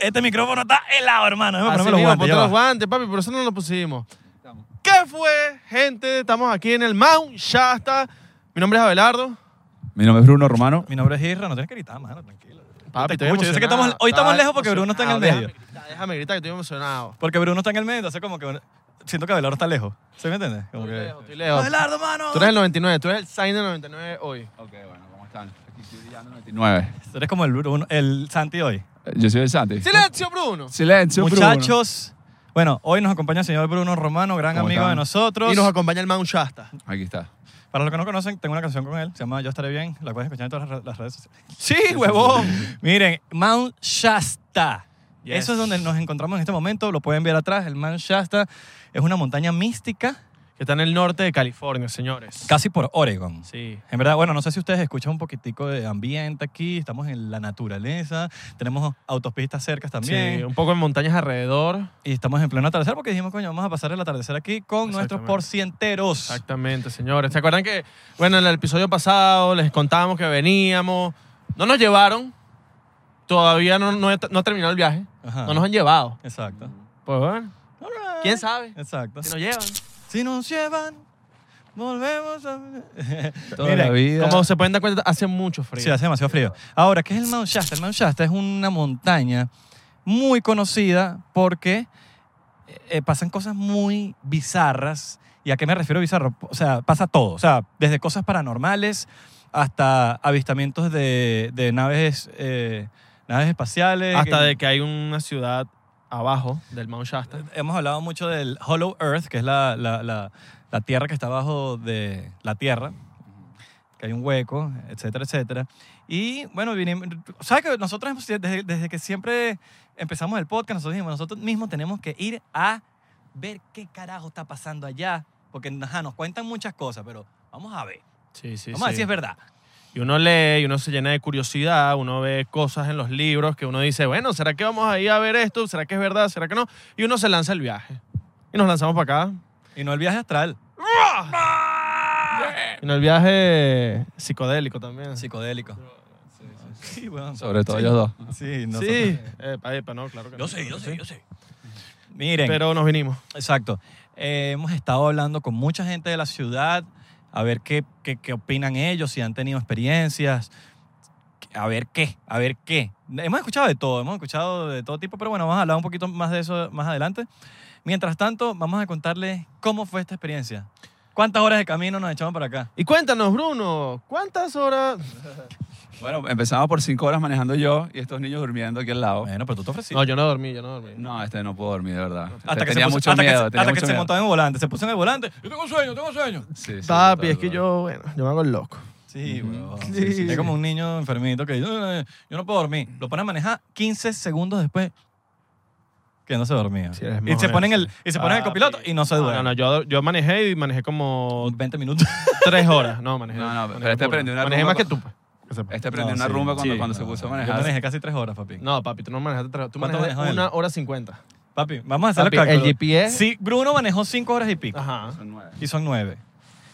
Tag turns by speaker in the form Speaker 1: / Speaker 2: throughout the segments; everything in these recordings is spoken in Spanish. Speaker 1: este micrófono está helado, hermano. Déjame
Speaker 2: Así
Speaker 1: ponerme los
Speaker 2: mismo,
Speaker 1: guantes.
Speaker 2: ponte
Speaker 1: ya
Speaker 2: los
Speaker 1: va.
Speaker 2: guantes, papi, por eso no nos pusimos. ¿Qué fue, gente? Estamos aquí en el Mount Shasta. Mi nombre es Abelardo.
Speaker 3: Mi nombre es Bruno Romano.
Speaker 1: Mi nombre es Irra, no tienes que gritar, mano, tranquilo.
Speaker 2: Papi,
Speaker 1: te
Speaker 2: estoy
Speaker 1: escucho. Yo sé que estamos-
Speaker 2: emocionado.
Speaker 1: hoy estamos
Speaker 2: Estaba
Speaker 1: lejos porque Bruno está en el
Speaker 2: emocionado.
Speaker 1: medio.
Speaker 2: Déjame gritar, déjame gritar que estoy emocionado.
Speaker 1: Porque Bruno está en el medio, entonces como que siento que Abelardo está lejos. ¿Sí me entiendes? Como
Speaker 2: Estoy
Speaker 1: que...
Speaker 2: lejos, estoy lejos.
Speaker 1: Abelardo, mano.
Speaker 2: Tú eres el 99, tú eres el sign del 99 hoy.
Speaker 3: Ok, bueno, ¿cómo están? Aquí estoy brillando 99.
Speaker 1: Tú eres como el, Bruno- el Santi hoy.
Speaker 3: Eh, Yo soy el Santi.
Speaker 2: ¡Silencio, Bruno!
Speaker 3: Silencio, Bruno.
Speaker 1: Muchachos, bueno, hoy nos acompaña el señor Bruno Romano, gran
Speaker 3: ¿Cómo
Speaker 1: amigo
Speaker 3: están?
Speaker 1: de nosotros.
Speaker 2: Y nos acompaña el Mount Shasta.
Speaker 3: Aquí está.
Speaker 1: Para los que no conocen, tengo una canción con él, se llama Yo estaré bien, la puedes escuchar en todas las re- las redes sociales.
Speaker 2: Sí, huevón.
Speaker 1: Miren, Mount Shasta.
Speaker 2: Yes.
Speaker 1: Eso es donde nos encontramos en este momento, lo pueden ver atrás, el Mount Shasta es una montaña mística
Speaker 2: Que está en el norte de California, señores.
Speaker 1: casi por Oregon.
Speaker 2: Sí.
Speaker 1: En verdad, bueno, no sé si ustedes escuchan un poquitico de ambiente aquí, estamos en la naturaleza, tenemos autopistas cerca también.
Speaker 2: Sí, un poco en montañas alrededor.
Speaker 1: Y estamos en pleno atardecer porque dijimos, coño, vamos a pasar el atardecer aquí con nuestros
Speaker 2: Exactamente.
Speaker 1: porcienteros.
Speaker 2: Exactamente, señores. ¿Se acuerdan que, bueno, en el episodio pasado les contábamos que veníamos? No nos llevaron. Todavía no, no, he- no ha terminado el viaje.
Speaker 1: Ajá.
Speaker 2: No nos han llevado.
Speaker 1: Exacto.
Speaker 2: Pues bueno, ¿quién sabe?
Speaker 1: Exacto.
Speaker 2: Si nos llevan.
Speaker 1: Si nos llevan, volvemos a...
Speaker 3: Toda
Speaker 1: Miren,
Speaker 3: la vida.
Speaker 2: Como se pueden dar cuenta, hace mucho frío.
Speaker 1: Sí, hace demasiado frío. Ahora, ¿qué es el Mount Shasta? El Mount Shasta es una montaña muy conocida porque eh, pasan cosas muy bizarras. ¿Y a qué me refiero bizarro? O sea, pasa todo. O sea, desde cosas paranormales hasta avistamientos de, de naves, eh, naves espaciales.
Speaker 2: Hasta de que hay una ciudad abajo del Mount Shasta.
Speaker 1: Hemos hablado mucho del Hollow Earth, que es la, la- la- la tierra que está abajo de la Tierra, que hay un hueco, etcétera, etcétera. Y bueno, vinimos, ¿sabes que nosotros hemos- desde, desde que siempre empezamos el podcast, nosotros dijimos, nosotros mismos tenemos que ir a ver qué carajo está pasando allá, porque ajá, nos cuentan muchas cosas, pero vamos a ver,
Speaker 2: Sí, sí,
Speaker 1: vamos a ver si es verdad.
Speaker 2: Y uno lee y uno se llena de curiosidad, uno ve cosas en los libros que uno dice, bueno, ¿será que vamos a ir a ver esto? ¿Será que es verdad? ¿Será que no? Y uno se lanza el viaje. Y nos lanzamos para acá.
Speaker 1: Y no el viaje astral,
Speaker 2: En el viaje psicodélico también.
Speaker 1: psicodélico. Sí, bueno.
Speaker 3: Sobre todo
Speaker 1: Sí.
Speaker 3: ellos dos.
Speaker 1: Sí,
Speaker 2: Sí.
Speaker 1: nosotros-
Speaker 2: Epa, epa, no, claro que
Speaker 1: Yo
Speaker 2: no.
Speaker 1: sé, yo sé, yo sé. Miren.
Speaker 2: Pero nos vinimos.
Speaker 1: Exacto. Eh, hemos estado hablando con mucha gente de la ciudad, a ver qué, qué, qué opinan ellos, si han tenido experiencias, a ver qué, a ver qué. Hemos escuchado de todo, hemos escuchado de todo tipo, pero bueno, vamos a hablar un poquito más de eso más adelante. Mientras tanto, vamos a contarles cómo fue esta experiencia. ¿Cuántas horas de camino nos echamos para acá?
Speaker 2: Y cuéntanos, Bruno, ¿cuántas horas?
Speaker 3: Bueno, empezamos por cinco horas manejando yo y estos niños durmiendo aquí al lado.
Speaker 1: Bueno, pero tú te ofreciste.
Speaker 2: No, yo no dormí, yo no dormí.
Speaker 3: No, este no puedo dormir, de verdad. Este
Speaker 1: hasta que, se,
Speaker 3: tenía
Speaker 1: puso-
Speaker 3: mucho
Speaker 1: hasta que se-
Speaker 3: miedo. tenía
Speaker 1: hasta que
Speaker 3: mucho
Speaker 1: se
Speaker 3: miedo.
Speaker 1: montó en el volante, se puso en el volante. Yo tengo sueño, tengo sueño.
Speaker 3: Sí, sí,
Speaker 2: Papi,
Speaker 3: total,
Speaker 2: es que
Speaker 3: total.
Speaker 2: yo, bueno, yo me hago el loco.
Speaker 1: Sí,
Speaker 3: Ujú.
Speaker 1: huevón.
Speaker 3: Sí,
Speaker 2: sí, sí.
Speaker 1: Es como un niño enfermito que "Eh, yo no puedo dormir. Lo ponen a manejar 15 segundos después que no se dormía.
Speaker 2: Sí, Ah, eres
Speaker 1: y se
Speaker 2: mojón,
Speaker 1: ponen el, y se ponen el
Speaker 2: Papi.
Speaker 1: copiloto y no se
Speaker 2: No,
Speaker 1: duerme.
Speaker 2: no, no, yo, yo manejé y manejé como
Speaker 1: 20 minutos.
Speaker 2: tres horas. No, manejé.
Speaker 3: No, no,
Speaker 2: manejé
Speaker 3: pero este
Speaker 2: puro.
Speaker 3: aprendió una
Speaker 2: Manejé
Speaker 3: rumba
Speaker 2: más que
Speaker 3: con-
Speaker 2: tú. pues. Que sepa.
Speaker 3: Este prendió
Speaker 1: No,
Speaker 3: una
Speaker 1: sí.
Speaker 3: rumba cuando,
Speaker 2: Sí,
Speaker 3: cuando se puso
Speaker 1: Yo
Speaker 3: a manejar.
Speaker 1: manejé casi 3 horas, papi.
Speaker 2: No, papi, tú no manejaste tres horas. Tú
Speaker 1: ¿Cuánto
Speaker 2: manejaste
Speaker 1: manejó él?
Speaker 2: una hora cincuenta.
Speaker 1: Papi, vamos a hacer
Speaker 2: Papi,
Speaker 1: los cálculos.
Speaker 2: el GPS.
Speaker 1: Sí, Bruno manejó 5 horas y pico.
Speaker 2: Ajá.
Speaker 3: Son nueve.
Speaker 1: Y son 9.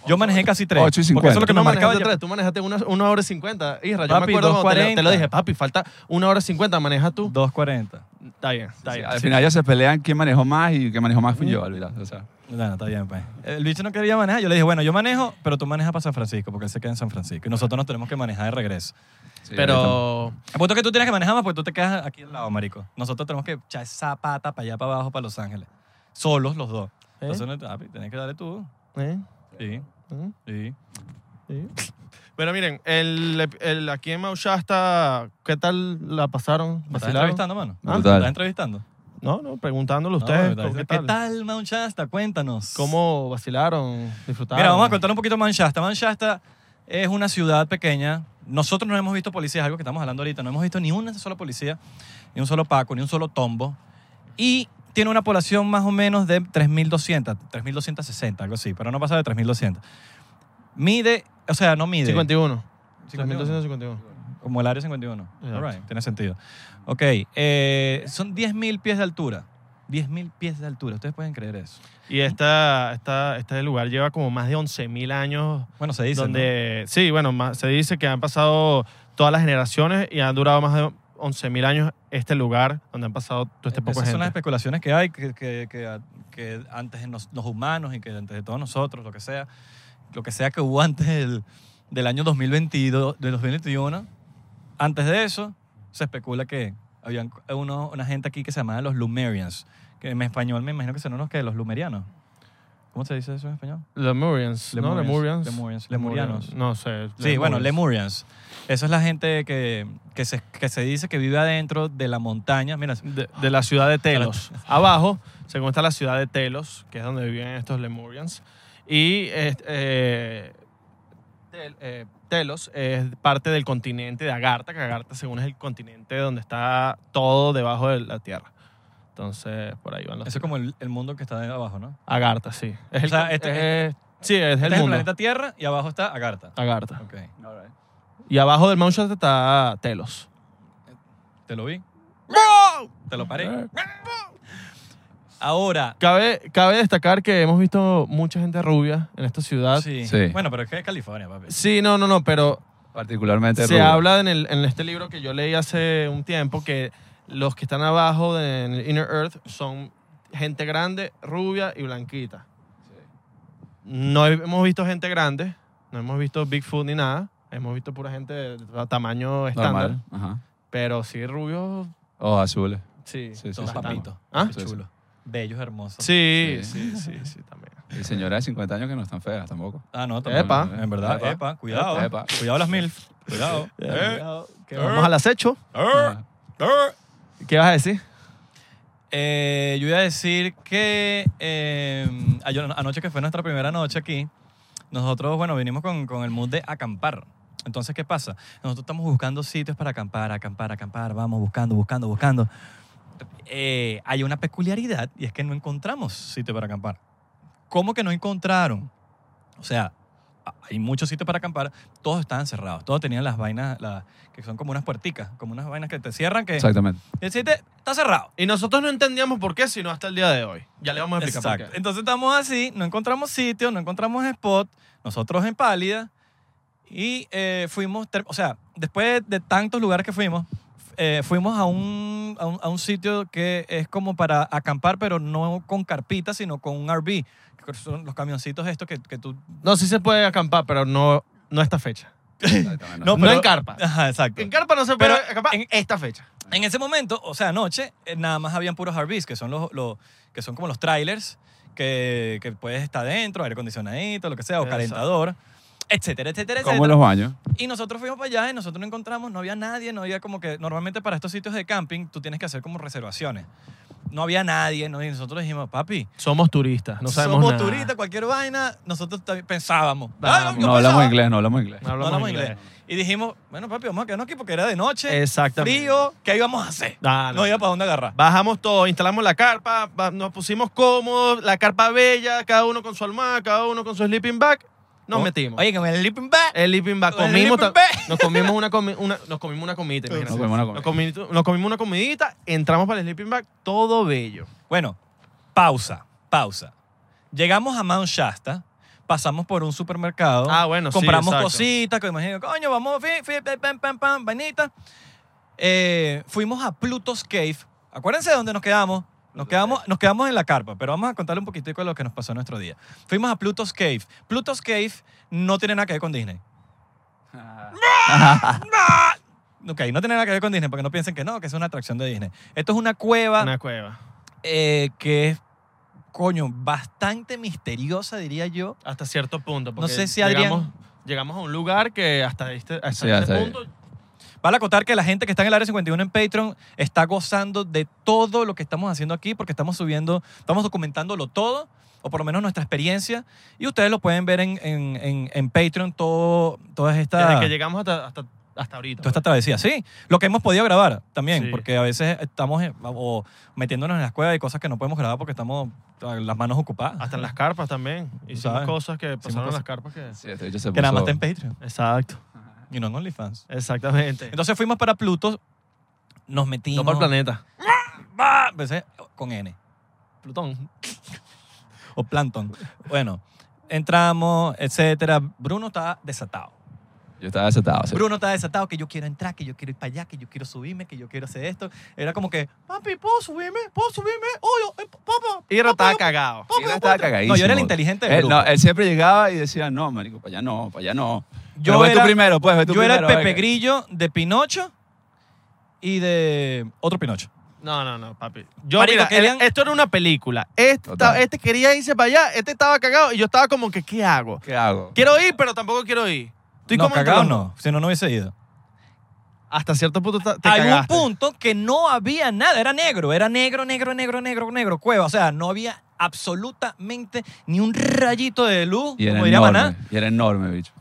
Speaker 1: Yo manejé casi 3.
Speaker 3: Ocho y
Speaker 1: Porque eso es lo que
Speaker 2: Tú
Speaker 1: me
Speaker 2: no
Speaker 1: marcaba.
Speaker 2: manejaste
Speaker 1: yo-
Speaker 2: tres, tú manejaste una, una hora cincuenta. Isra, yo me
Speaker 1: Papi,
Speaker 2: acuerdo cuando te, lo- te lo
Speaker 1: 2:40.
Speaker 2: dije, papi, falta una hora cincuenta, maneja tú.
Speaker 1: 2.40.
Speaker 2: Está bien, está
Speaker 3: Sí,
Speaker 2: bien.
Speaker 3: al final ellos se pelean quién manejó más y quién manejó más fui yo, al final, O sea,
Speaker 1: Bueno, está bien, pues. El bicho no quería manejar. Yo le dije, bueno, yo manejo, pero tú manejas para San Francisco, porque él se queda en San Francisco. Y nosotros nos tenemos que manejar de regreso.
Speaker 3: sí, ahorita-
Speaker 2: Pero
Speaker 1: Apuesto que tú tienes que manejar más porque tú te quedas aquí al lado, marico. Nosotros tenemos que echar esa pata para allá, para abajo, para Los Ángeles. Solos los dos.
Speaker 2: ¿Eh?
Speaker 1: Entonces, no, papi, tenés que darle tú.
Speaker 2: ¿eh?
Speaker 1: Sí,
Speaker 2: ¿eh?
Speaker 1: sí.
Speaker 2: ¿eh? Pero miren, el, el- aquí en Maushasta, ¿qué tal la pasaron?
Speaker 1: ¿Me estás
Speaker 2: ¿Vacilaron?
Speaker 1: entrevistando, mano?
Speaker 3: Ah,
Speaker 1: ¿Me estás
Speaker 3: Brutal.
Speaker 1: entrevistando?
Speaker 2: No, no, preguntándole a
Speaker 1: No,
Speaker 2: ustedes.
Speaker 1: me
Speaker 2: ¿cómo-
Speaker 1: estás-
Speaker 2: ¿Qué tal?
Speaker 1: ¿Qué tal Mount Shasta? Cuéntanos.
Speaker 2: ¿Cómo vacilaron? ¿Disfrutaron?
Speaker 1: Mira, vamos a contar un poquito de Manchasta. Manchasta es una ciudad pequeña. Nosotros no hemos visto policías, algo que estamos hablando ahorita. No hemos visto ni una sola policía, ni un solo paco, ni un solo tombo. Y tiene una población más o menos de 3.200, 3.260, algo así, pero no pasa de 3.200. Mide, o sea, no mide.
Speaker 2: 51.
Speaker 1: 51.
Speaker 2: 3.251.
Speaker 1: Como el área 51.
Speaker 2: Exacto.
Speaker 1: All right, tiene sentido. Ok, eh, son 10.000 pies de altura. 10.000 pies de altura, ustedes pueden creer eso.
Speaker 2: Y esta, esta, este lugar lleva como más de 11.000 años
Speaker 1: Bueno, se dice. ¿no?
Speaker 2: donde sí, bueno, más- se dice que han pasado todas las generaciones y han durado más de 11.000 años este lugar donde han pasado todo este poco
Speaker 1: Esas
Speaker 2: de
Speaker 1: son las
Speaker 2: gente.
Speaker 1: especulaciones que hay, que, que- que a- que antes de nos- los humanos y que antes de todos nosotros, lo que sea, lo que sea que hubo antes del, del año 2022, del 2021, antes de eso, se especula que había una gente aquí que se llamaba los Lumerians, que en español me imagino que son unos que los lumerianos. ¿Cómo se dice eso en español?
Speaker 2: Lemurians, ¿no?
Speaker 1: Lemurians,
Speaker 2: Lemurians.
Speaker 1: Lemurians, lemurianos.
Speaker 2: No sé.
Speaker 1: Sí, bueno,
Speaker 2: Lemurians.
Speaker 1: Lemurians. Esa es la gente que, que, se, que se dice que vive adentro de la montaña. Mira,
Speaker 2: De, de la ciudad de Telos. Abajo, según está la ciudad de Telos, que es donde vivían estos Lemurians. Y eh, eh, Tel- eh, Telos es parte del continente de Agartha, que Agartha, según es el continente donde está todo debajo de la tierra. Entonces, por ahí van los.
Speaker 1: eso es como el, el mundo que está de abajo, ¿no?
Speaker 2: Agartha, sí. Es
Speaker 1: O
Speaker 2: el,
Speaker 1: sea,
Speaker 2: con-
Speaker 1: este-
Speaker 2: es- sí, es
Speaker 1: Este
Speaker 2: el
Speaker 1: es el
Speaker 2: mundo.
Speaker 1: planeta Tierra y abajo está Agartha.
Speaker 2: Agartha.
Speaker 1: Ok,
Speaker 3: All right.
Speaker 2: Y abajo del Mount Shasta está Telos.
Speaker 1: te lo vi. Te lo paré. Ahora.
Speaker 2: Cabe, cabe destacar que hemos visto mucha gente rubia en esta ciudad. Sí,
Speaker 1: Sí.
Speaker 3: Sí.
Speaker 1: Bueno, pero es que es California, papi.
Speaker 2: no, no, no, pero
Speaker 3: Particularmente
Speaker 2: se
Speaker 3: rubio.
Speaker 2: habla en, el- en este libro que yo leí hace un tiempo que los que están abajo de- en el Inner Earth son gente grande, rubia y blanquita. No he- hemos visto gente grande, no hemos visto Bigfoot ni nada, hemos visto pura gente de de tamaño estándar,
Speaker 3: Normal. Ajá.
Speaker 2: pero sí rubio,
Speaker 3: O azules.
Speaker 2: sí.
Speaker 3: Sí, sí,
Speaker 1: Son
Speaker 3: sí.
Speaker 1: papitos.
Speaker 2: ¿Ah?
Speaker 1: Qué chulo. Bellos, hermosos.
Speaker 2: Sí,
Speaker 3: Sí.
Speaker 2: sí, sí, sí, también.
Speaker 3: Y señoras de 50 años que no están feas tampoco.
Speaker 1: Ah, no, también.
Speaker 2: Epa.
Speaker 1: En verdad, epa.
Speaker 3: Epa.
Speaker 1: Cuidado. eh.
Speaker 3: Epa.
Speaker 1: Cuidado las mil. Cuidado. Eh,
Speaker 2: Cuidado, que vamos al acecho.
Speaker 1: eh, eh.
Speaker 2: ¿Qué vas a decir?
Speaker 1: Eh, yo iba a decir que eh, ayer- anoche que fue nuestra primera noche aquí, nosotros, bueno, vinimos con, con el mood de acampar. Entonces, ¿qué pasa? Nosotros estamos buscando sitios para acampar, acampar, acampar, vamos buscando, buscando, buscando. Eh, hay una peculiaridad y es que no encontramos sitio para acampar. ¿Cómo que no encontraron? O sea, a- hay muchos sitios para acampar, todos estaban cerrados, todos tenían las vainas, las- que son como unas puerticas, como unas vainas que te cierran, que
Speaker 3: Exactamente.
Speaker 1: el sitio está cerrado.
Speaker 2: Y nosotros no entendíamos por qué, sino hasta el día de hoy. Ya le vamos a explicar
Speaker 1: Exacto.
Speaker 2: por qué.
Speaker 1: Entonces estamos así, no encontramos sitio, no encontramos spot, nosotros en pálida. Y eh, fuimos, ter- o sea, después de tantos lugares que fuimos, eh, fuimos a un, a, un, a un sitio que es como para acampar, pero no con carpita, sino con un RV. que Son los camioncitos estos que, que tú...
Speaker 2: No, sí se puede acampar, pero no, no esta fecha.
Speaker 3: Exactamente.
Speaker 1: No,
Speaker 2: No,
Speaker 1: pero-
Speaker 2: en carpa.
Speaker 1: Ajá, exacto.
Speaker 2: En carpa no se puede
Speaker 1: Pero
Speaker 2: acampar
Speaker 1: en-
Speaker 2: en esta fecha.
Speaker 1: En ese momento, o sea, anoche, eh, nada más habían puros RVs, que son, los, los- que son como los trailers, que, que puedes estar dentro, aire acondicionadito, lo que sea, o
Speaker 2: Exacto.
Speaker 1: calentador, etcétera, etcétera,
Speaker 3: Como
Speaker 1: etcétera.
Speaker 3: en los baños.
Speaker 1: Y nosotros fuimos para allá y nosotros no encontramos, no había nadie, no había como que, normalmente para estos sitios de camping tú tienes que hacer como reservaciones. No había nadie, no, y nosotros dijimos, papi,
Speaker 2: Somos turistas, no sabemos
Speaker 1: somos
Speaker 2: nada.
Speaker 1: turistas, cualquier vaina, nosotros también pensábamos.
Speaker 2: Vamos.
Speaker 1: "Ah, yo
Speaker 3: No hablamos
Speaker 1: pensaba".
Speaker 3: inglés, no hablamos inglés.
Speaker 2: No
Speaker 1: No
Speaker 2: hablamos, inglés.
Speaker 1: Y dijimos, bueno, papi, vamos a quedarnos aquí porque era de noche,
Speaker 2: Exactamente.
Speaker 1: frío, ¿qué íbamos a hacer?
Speaker 2: Ah, no.
Speaker 1: No había para dónde agarrar.
Speaker 2: Bajamos todo, instalamos la carpa, ba- nos pusimos cómodos, la carpa bella, cada uno con su almohada, cada uno con su sleeping bag, nos
Speaker 1: Oh,
Speaker 2: metimos.
Speaker 1: Oye, con el sleeping bag.
Speaker 2: el sleeping bag,
Speaker 1: el
Speaker 2: comimos,
Speaker 1: sleeping
Speaker 2: ta-
Speaker 1: bag.
Speaker 2: nos comimos una, comi- una- nos comimos una comidita, imagínate.
Speaker 3: Nos comimos una comida.
Speaker 2: Nos comi- nos comimos una comidita, entramos para el sleeping bag, todo bello.
Speaker 1: Bueno, pausa, pausa. Llegamos a Mount Shasta, pasamos por un supermercado.
Speaker 2: Ah, bueno, sí,
Speaker 1: Compramos
Speaker 2: exacto.
Speaker 1: cositas, que imagino, coño, vamos, fi, fi, pe, pam, pam, pam, vainita. Eh, fuimos a Pluto's Cave. Acuérdense de dónde nos quedamos. Nos quedamos, nos quedamos en la carpa, pero vamos a contarle un poquitico de lo que nos pasó nuestro día. Fuimos a Pluto's Cave. Pluto's Cave no tiene nada que ver con Disney.
Speaker 3: Ah,
Speaker 1: Ok, no tiene nada que ver con Disney, porque no piensen que no, que es una atracción de Disney. Esto es una cueva
Speaker 2: Una cueva.
Speaker 1: eh, que es, coño, bastante misteriosa, diría yo.
Speaker 2: Hasta cierto punto. Porque
Speaker 1: sé si
Speaker 2: llegamos,
Speaker 1: Adrián-
Speaker 2: llegamos a un lugar que hasta este, hasta
Speaker 3: Sí,
Speaker 2: este
Speaker 3: hasta ahí.
Speaker 2: punto.
Speaker 1: Vale acotar que la gente que está en el área 51 en Patreon está gozando de todo lo que estamos haciendo aquí, porque estamos subiendo, estamos documentándolo todo, o por lo menos nuestra experiencia, y ustedes lo pueden ver en, en, en- en Patreon todo, todas
Speaker 2: Desde
Speaker 1: estas.
Speaker 2: que llegamos hasta, hasta, hasta ahorita.
Speaker 1: Toda esta
Speaker 2: pues.
Speaker 1: travesía, sí. Lo que hemos podido grabar también,
Speaker 2: Sí.
Speaker 1: porque a veces estamos en- o metiéndonos en las cuevas y cosas que no podemos grabar porque estamos ah, las manos ocupadas.
Speaker 2: Hasta en las carpas también. Hicimos
Speaker 1: ¿Sabes?
Speaker 2: cosas que pasaron en
Speaker 1: cosas.
Speaker 2: las carpas que.
Speaker 3: Sí, este bicho se
Speaker 1: que nada más
Speaker 3: puso-
Speaker 1: está en Patreon
Speaker 2: Exacto.
Speaker 1: y no en OnlyFans.
Speaker 2: Exactamente.
Speaker 1: Entonces fuimos para Pluto, nos
Speaker 2: no
Speaker 1: metimos.
Speaker 2: para el planeta.
Speaker 1: ¡Bah! Empecé con N.
Speaker 2: Plutón.
Speaker 1: o Planton. Bueno, entramos, etcétera. Bruno está desatado.
Speaker 3: Yo estaba desatado. sí.
Speaker 1: Bruno estaba desatado, que yo quiero entrar, que yo quiero ir para allá, que yo quiero subirme, que yo quiero hacer esto. Era como que, papi, ¿puedo subirme? ¿Puedo subirme? Oh, yo, eh, papá.
Speaker 2: Y
Speaker 1: papá,
Speaker 2: estaba
Speaker 1: yo-
Speaker 2: cagado.
Speaker 1: papá,
Speaker 3: Él
Speaker 1: yo
Speaker 3: estaba
Speaker 1: puedo entrar.
Speaker 3: cagadísimo.
Speaker 1: No, yo era el inteligente del
Speaker 3: Él,
Speaker 1: grupo.
Speaker 3: no, eh, él siempre llegaba y decía, no, marico, para allá no, para allá no.
Speaker 1: Yo
Speaker 3: Yo ve
Speaker 1: era-
Speaker 3: tú primero, pues, ve tú
Speaker 1: Yo era el
Speaker 3: primero,
Speaker 1: Pepe
Speaker 3: venga.
Speaker 1: Grillo de Pinocho y de otro Pinocho.
Speaker 2: No, no, no, papi. Yo,
Speaker 1: Marico,
Speaker 2: mira,
Speaker 1: querían-
Speaker 2: el- esto era una película. Esta,
Speaker 3: Total.
Speaker 2: este quería irse para allá, este estaba cagado y yo estaba como que, ¿qué hago?
Speaker 3: ¿Qué hago?
Speaker 2: Quiero ir, pero tampoco quiero ir. Estoy
Speaker 1: no,
Speaker 2: como entre
Speaker 1: cagado
Speaker 2: los-
Speaker 1: no, si no, no hubiese ido.
Speaker 2: Hasta cierto punto ta- te
Speaker 1: Hay un
Speaker 2: cagaste.
Speaker 1: punto que no había nada, era negro, era negro, negro, negro, negro, negro, cueva. O sea, no había absolutamente ni un rayito de luz,
Speaker 3: Y era
Speaker 1: como diría
Speaker 3: enorme.
Speaker 1: Maná,
Speaker 3: Y era enorme, bicho.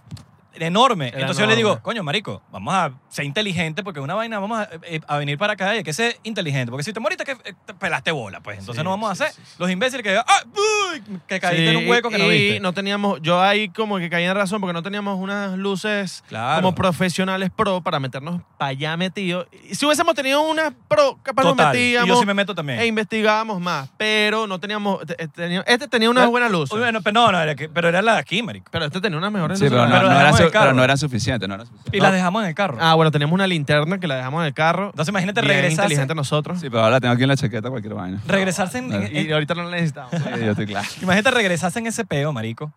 Speaker 1: enorme.
Speaker 2: Era
Speaker 1: Entonces yo le digo,
Speaker 2: enorme.
Speaker 1: coño, marico, vamos a ser inteligente porque una vaina, vamos a, eh, a venir para acá y hay que ser inteligente. Porque si te moriste, que eh, te pelaste bola, pues. Entonces
Speaker 2: Sí,
Speaker 1: no vamos
Speaker 2: sí,
Speaker 1: a hacer
Speaker 2: sí, sí.
Speaker 1: los imbéciles que, ¡ah! uy, que caíste en
Speaker 2: Sí,
Speaker 1: un hueco que no
Speaker 2: y
Speaker 1: viste.
Speaker 2: no teníamos, yo ahí como que caí en razón porque no teníamos unas luces
Speaker 1: Claro.
Speaker 2: como profesionales pro para meternos para allá metido. Y si hubiésemos tenido unas pro, capaz nos
Speaker 1: Total. Y
Speaker 2: metíamos
Speaker 1: yo sí me meto también.
Speaker 2: e investigábamos más, pero no teníamos, te- tenía- este tenía unas
Speaker 1: Pero-
Speaker 2: buenas luces,
Speaker 1: Bueno, pero no, no, era que- pero era la de aquí, marico.
Speaker 2: pero este tenía unas mejores
Speaker 3: Sí,
Speaker 2: luces.
Speaker 3: pero no,
Speaker 1: Pero
Speaker 3: no
Speaker 1: dejamos
Speaker 3: era su-
Speaker 1: el carro.
Speaker 3: pero no eran suficientes, no eran suficientes.
Speaker 1: Y las dejamos en el carro.
Speaker 2: Ah, bueno, teníamos una linterna que la dejamos en el carro.
Speaker 1: Entonces imagínate
Speaker 2: Bien
Speaker 1: regresarse-
Speaker 2: inteligente nosotros.
Speaker 3: Sí, pero ahora la tengo aquí en la chaqueta cualquier vaina.
Speaker 1: Regresarse en,
Speaker 3: Claro.
Speaker 1: en-
Speaker 2: Ah, Y ahorita no la necesitamos.
Speaker 3: Sí, yo estoy claro.
Speaker 1: Imagínate regresarse en ese peo, marico.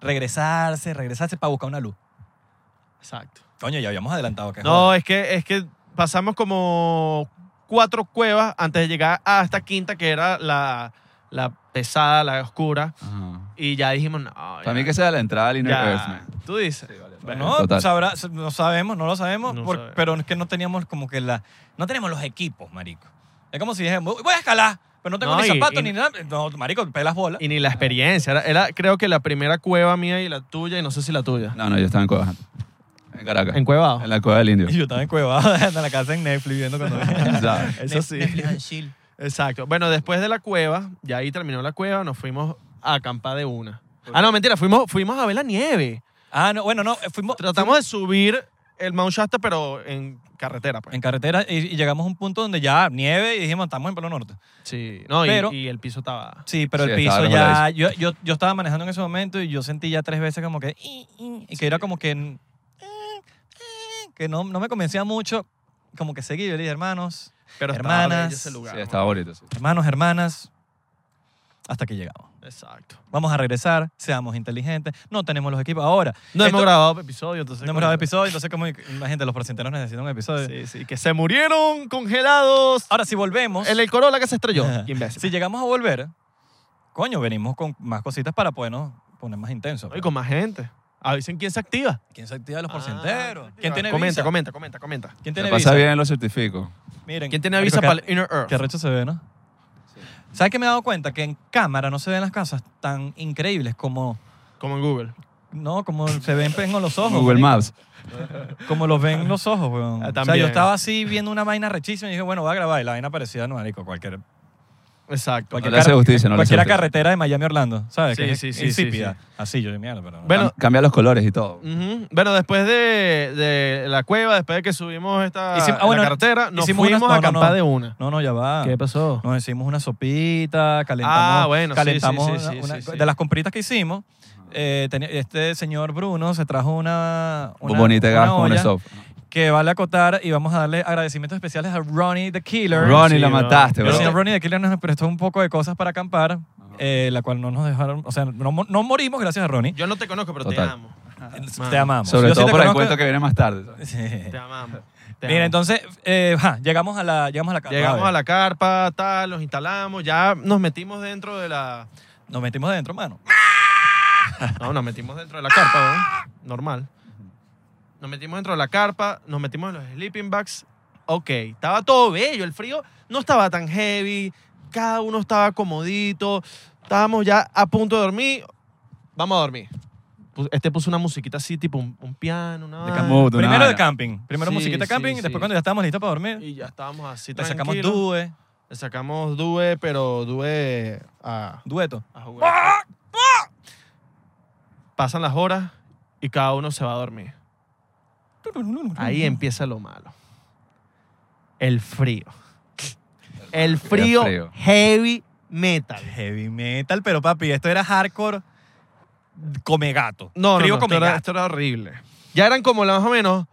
Speaker 1: Regresarse, regresarse para buscar una luz.
Speaker 2: Exacto.
Speaker 1: Coño, ya habíamos adelantado que
Speaker 2: No, es que, es que pasamos como cuatro cuevas antes de llegar a esta quinta que era la, la pesada, la oscura.
Speaker 3: Ajá.
Speaker 2: Y ya dijimos, no. ya,
Speaker 3: Para mí que sea la entrada al Inner
Speaker 2: ya.
Speaker 3: Earth, man.
Speaker 2: Tú dices. Pues
Speaker 1: no,
Speaker 3: Total.
Speaker 1: sabrá- no sabemos, no lo sabemos,
Speaker 2: eh, No
Speaker 1: por-
Speaker 2: sabemos.
Speaker 1: pero es que no teníamos como que la, no tenemos los equipos, marico. Es como si dijéramos, voy a escalar, pero no tengo
Speaker 2: No,
Speaker 1: ni
Speaker 2: y-
Speaker 1: zapatos
Speaker 2: y-
Speaker 1: ni nada. No, marico, pelas bolas.
Speaker 2: Y ni la experiencia. Era, era, creo que la primera cueva mía y la tuya, y no sé si la tuya.
Speaker 3: No, no, yo estaba en Cuevas. antes. En Caracas.
Speaker 2: En Cuevado.
Speaker 1: Ah.
Speaker 3: En la Cueva del Indio.
Speaker 1: Y yo estaba encuevado en la casa en Netflix viendo cuando...
Speaker 3: ¿Sabes?
Speaker 2: Eso sí.
Speaker 1: Netflix and chill.
Speaker 2: Exacto. Bueno, después de la cueva, ya ahí terminó la cueva, nos fuimos a acampar de una. Ah, no, mentira, fuimos, fuimos a ver la nieve.
Speaker 1: Ah, no, bueno, no, eh, fuimos
Speaker 2: Tratamos de subir el Mount Shasta, pero en carretera. pues.
Speaker 1: en carretera y, y llegamos a un punto donde ya nieve y dijimos, estamos en Polo Norte.
Speaker 2: Sí, no, y-
Speaker 1: Pero-
Speaker 2: y, el piso estaba.
Speaker 1: Sí, pero
Speaker 3: Sí,
Speaker 1: el
Speaker 3: estaba
Speaker 1: piso ya.
Speaker 3: resbaladizo.
Speaker 1: Yo, yo, yo estaba manejando en ese momento y yo sentí ya tres veces como que. "Ih, ih", Y que era como que. eh, eh, Que no, no me convencía mucho. Como que seguí. Yo le dije, hermanos,
Speaker 2: Pero estaba
Speaker 1: Hermanas.
Speaker 2: bello ese lugar.
Speaker 3: Sí, estaba bonito, sí.
Speaker 1: hermanos, hermanas. Hasta que llegamos.
Speaker 2: Exacto.
Speaker 1: Vamos a regresar, seamos inteligentes. No tenemos los equipos. Ahora,
Speaker 2: No
Speaker 1: Esto-
Speaker 2: hemos grabado episodio, entonces.
Speaker 1: no hemos grabado episodio, entonces, como la gente, los porcenteros necesitan un episodio.
Speaker 2: Sí, sí, Ah, que se murieron congelados
Speaker 1: Ahora, si volvemos,
Speaker 2: en el Corolla que se estrelló.
Speaker 1: Ajá.
Speaker 2: Qué imbécil.
Speaker 1: si llegamos a volver, coño, venimos con más cositas para podernos poner más intensos.
Speaker 2: No, y con más gente. Avisen quién se activa.
Speaker 1: ¿Quién se activa los
Speaker 2: Ah,
Speaker 1: porcenteros?
Speaker 2: se
Speaker 1: ¿Quién
Speaker 2: activa.
Speaker 1: tiene
Speaker 2: comenta,
Speaker 1: visa?
Speaker 2: comenta, comenta, comenta.
Speaker 1: ¿Quién
Speaker 3: Me
Speaker 1: tiene
Speaker 3: pasa
Speaker 1: visa?
Speaker 3: bien, lo certifico.
Speaker 1: Miren,
Speaker 2: ¿Quién tiene
Speaker 1: marico,
Speaker 2: visa
Speaker 1: qué-
Speaker 2: para el Inner Earth?
Speaker 1: Qué recho se ve, ¿no? ¿Sabes qué me he dado cuenta? Que en cámara no se ven las casas tan increíbles como...
Speaker 2: Como en Google.
Speaker 1: No, como se ven pues, con los ojos.
Speaker 3: Google
Speaker 1: marico.
Speaker 3: Maps.
Speaker 1: Como los ven los ojos, weón.
Speaker 2: Ah,
Speaker 1: o sea,
Speaker 2: también.
Speaker 1: yo estaba así viendo una vaina rechísima y dije, bueno, voy a grabar. Y la vaina parecía, no, marico, cualquier...
Speaker 2: Exacto.
Speaker 1: cualquier
Speaker 3: le hace
Speaker 1: carre-
Speaker 3: justicia, no le hace
Speaker 1: cualquiera
Speaker 3: justicia.
Speaker 1: carretera de Miami a Orlando, ¿sabes?
Speaker 2: Sí,
Speaker 1: que es
Speaker 2: sí, sí,
Speaker 1: insípida.
Speaker 2: sí,
Speaker 1: Así, yo de mierda, pero... no.
Speaker 2: Bueno,
Speaker 3: Cam- Cambia los colores y todo.
Speaker 2: Ujú. Bueno, después de, de la cueva, después de que subimos esta
Speaker 1: Hicim- ah,
Speaker 2: la
Speaker 1: bueno,
Speaker 2: carretera, nos
Speaker 1: hicimos
Speaker 2: fuimos
Speaker 1: unas-
Speaker 2: a
Speaker 1: no, no,
Speaker 2: acampar
Speaker 1: no.
Speaker 2: de una.
Speaker 1: No, no, ya va.
Speaker 2: pasó?
Speaker 1: Nos hicimos una sopita, calentamos.
Speaker 2: Ah, bueno, sí,
Speaker 1: calentamos
Speaker 2: sí, sí,
Speaker 1: una-
Speaker 2: sí,
Speaker 1: una-
Speaker 2: sí, sí.
Speaker 1: De las compritas que hicimos, eh, tenía- este señor Bruno se trajo una. una
Speaker 3: Un bonito
Speaker 1: una
Speaker 3: gas con un
Speaker 1: olla
Speaker 3: stop.
Speaker 1: Que vale acotar y vamos a darle agradecimientos especiales a Ronnie the Killer.
Speaker 3: Ronnie
Speaker 2: Sí,
Speaker 3: la
Speaker 2: no.
Speaker 3: mataste,
Speaker 2: Yo
Speaker 1: El
Speaker 3: bro.
Speaker 2: no
Speaker 1: señor Ronnie the Killer nos prestó un poco de cosas para acampar, eh, la cual no nos dejaron. O sea, no, mo- no morimos gracias a Ronnie.
Speaker 2: Yo no te conozco, pero
Speaker 3: Total.
Speaker 2: te amo.
Speaker 1: te
Speaker 2: mano.
Speaker 1: amamos.
Speaker 3: Sobre
Speaker 1: Yo sí
Speaker 3: todo
Speaker 1: te
Speaker 3: por el
Speaker 1: conozco-
Speaker 3: cuento que viene más tarde. ¿sabes?
Speaker 1: Sí.
Speaker 2: Te amamos. te
Speaker 1: Eh, Mira,
Speaker 2: amo.
Speaker 1: entonces, eh, ja, llegamos a la llegamos a la casa.
Speaker 2: Llegamos a la carpa, tal, nos instalamos, ya nos metimos dentro de la.
Speaker 1: Nos metimos adentro, mano.
Speaker 2: No, nos metimos dentro de la carpa, ¿no? normal. Nos metimos dentro de la carpa, nos metimos en los sleeping bags. Ok, estaba todo bello, el frío no estaba tan heavy, cada uno estaba comodito, estábamos ya a punto de dormir. Vamos a dormir. Pu- Este puso una musiquita así, tipo un, un piano, una
Speaker 3: De
Speaker 2: vaina,
Speaker 3: Camus. Puta, una
Speaker 1: Primero de
Speaker 3: vaina.
Speaker 1: camping. Primero
Speaker 2: Sí,
Speaker 1: musiquita de
Speaker 2: sí,
Speaker 1: camping. y
Speaker 2: sí.
Speaker 1: Después, cuando ya estábamos listos para dormir,
Speaker 2: Y ya estábamos así.
Speaker 1: le sacamos
Speaker 2: tranquilos.
Speaker 1: due,
Speaker 2: Le sacamos due, pero due a,
Speaker 1: dueto.
Speaker 2: a jugar. Pasan las horas y cada uno se va a dormir. Ahí empieza lo malo. El frío. El frío,
Speaker 3: frío.
Speaker 2: heavy metal.
Speaker 1: Heavy metal, pero papi, esto era hardcore come gato.
Speaker 2: No, no,
Speaker 1: Frío
Speaker 2: no,
Speaker 1: come
Speaker 2: esto, era,
Speaker 1: gato.
Speaker 2: esto era horrible. Ya eran como la más o menos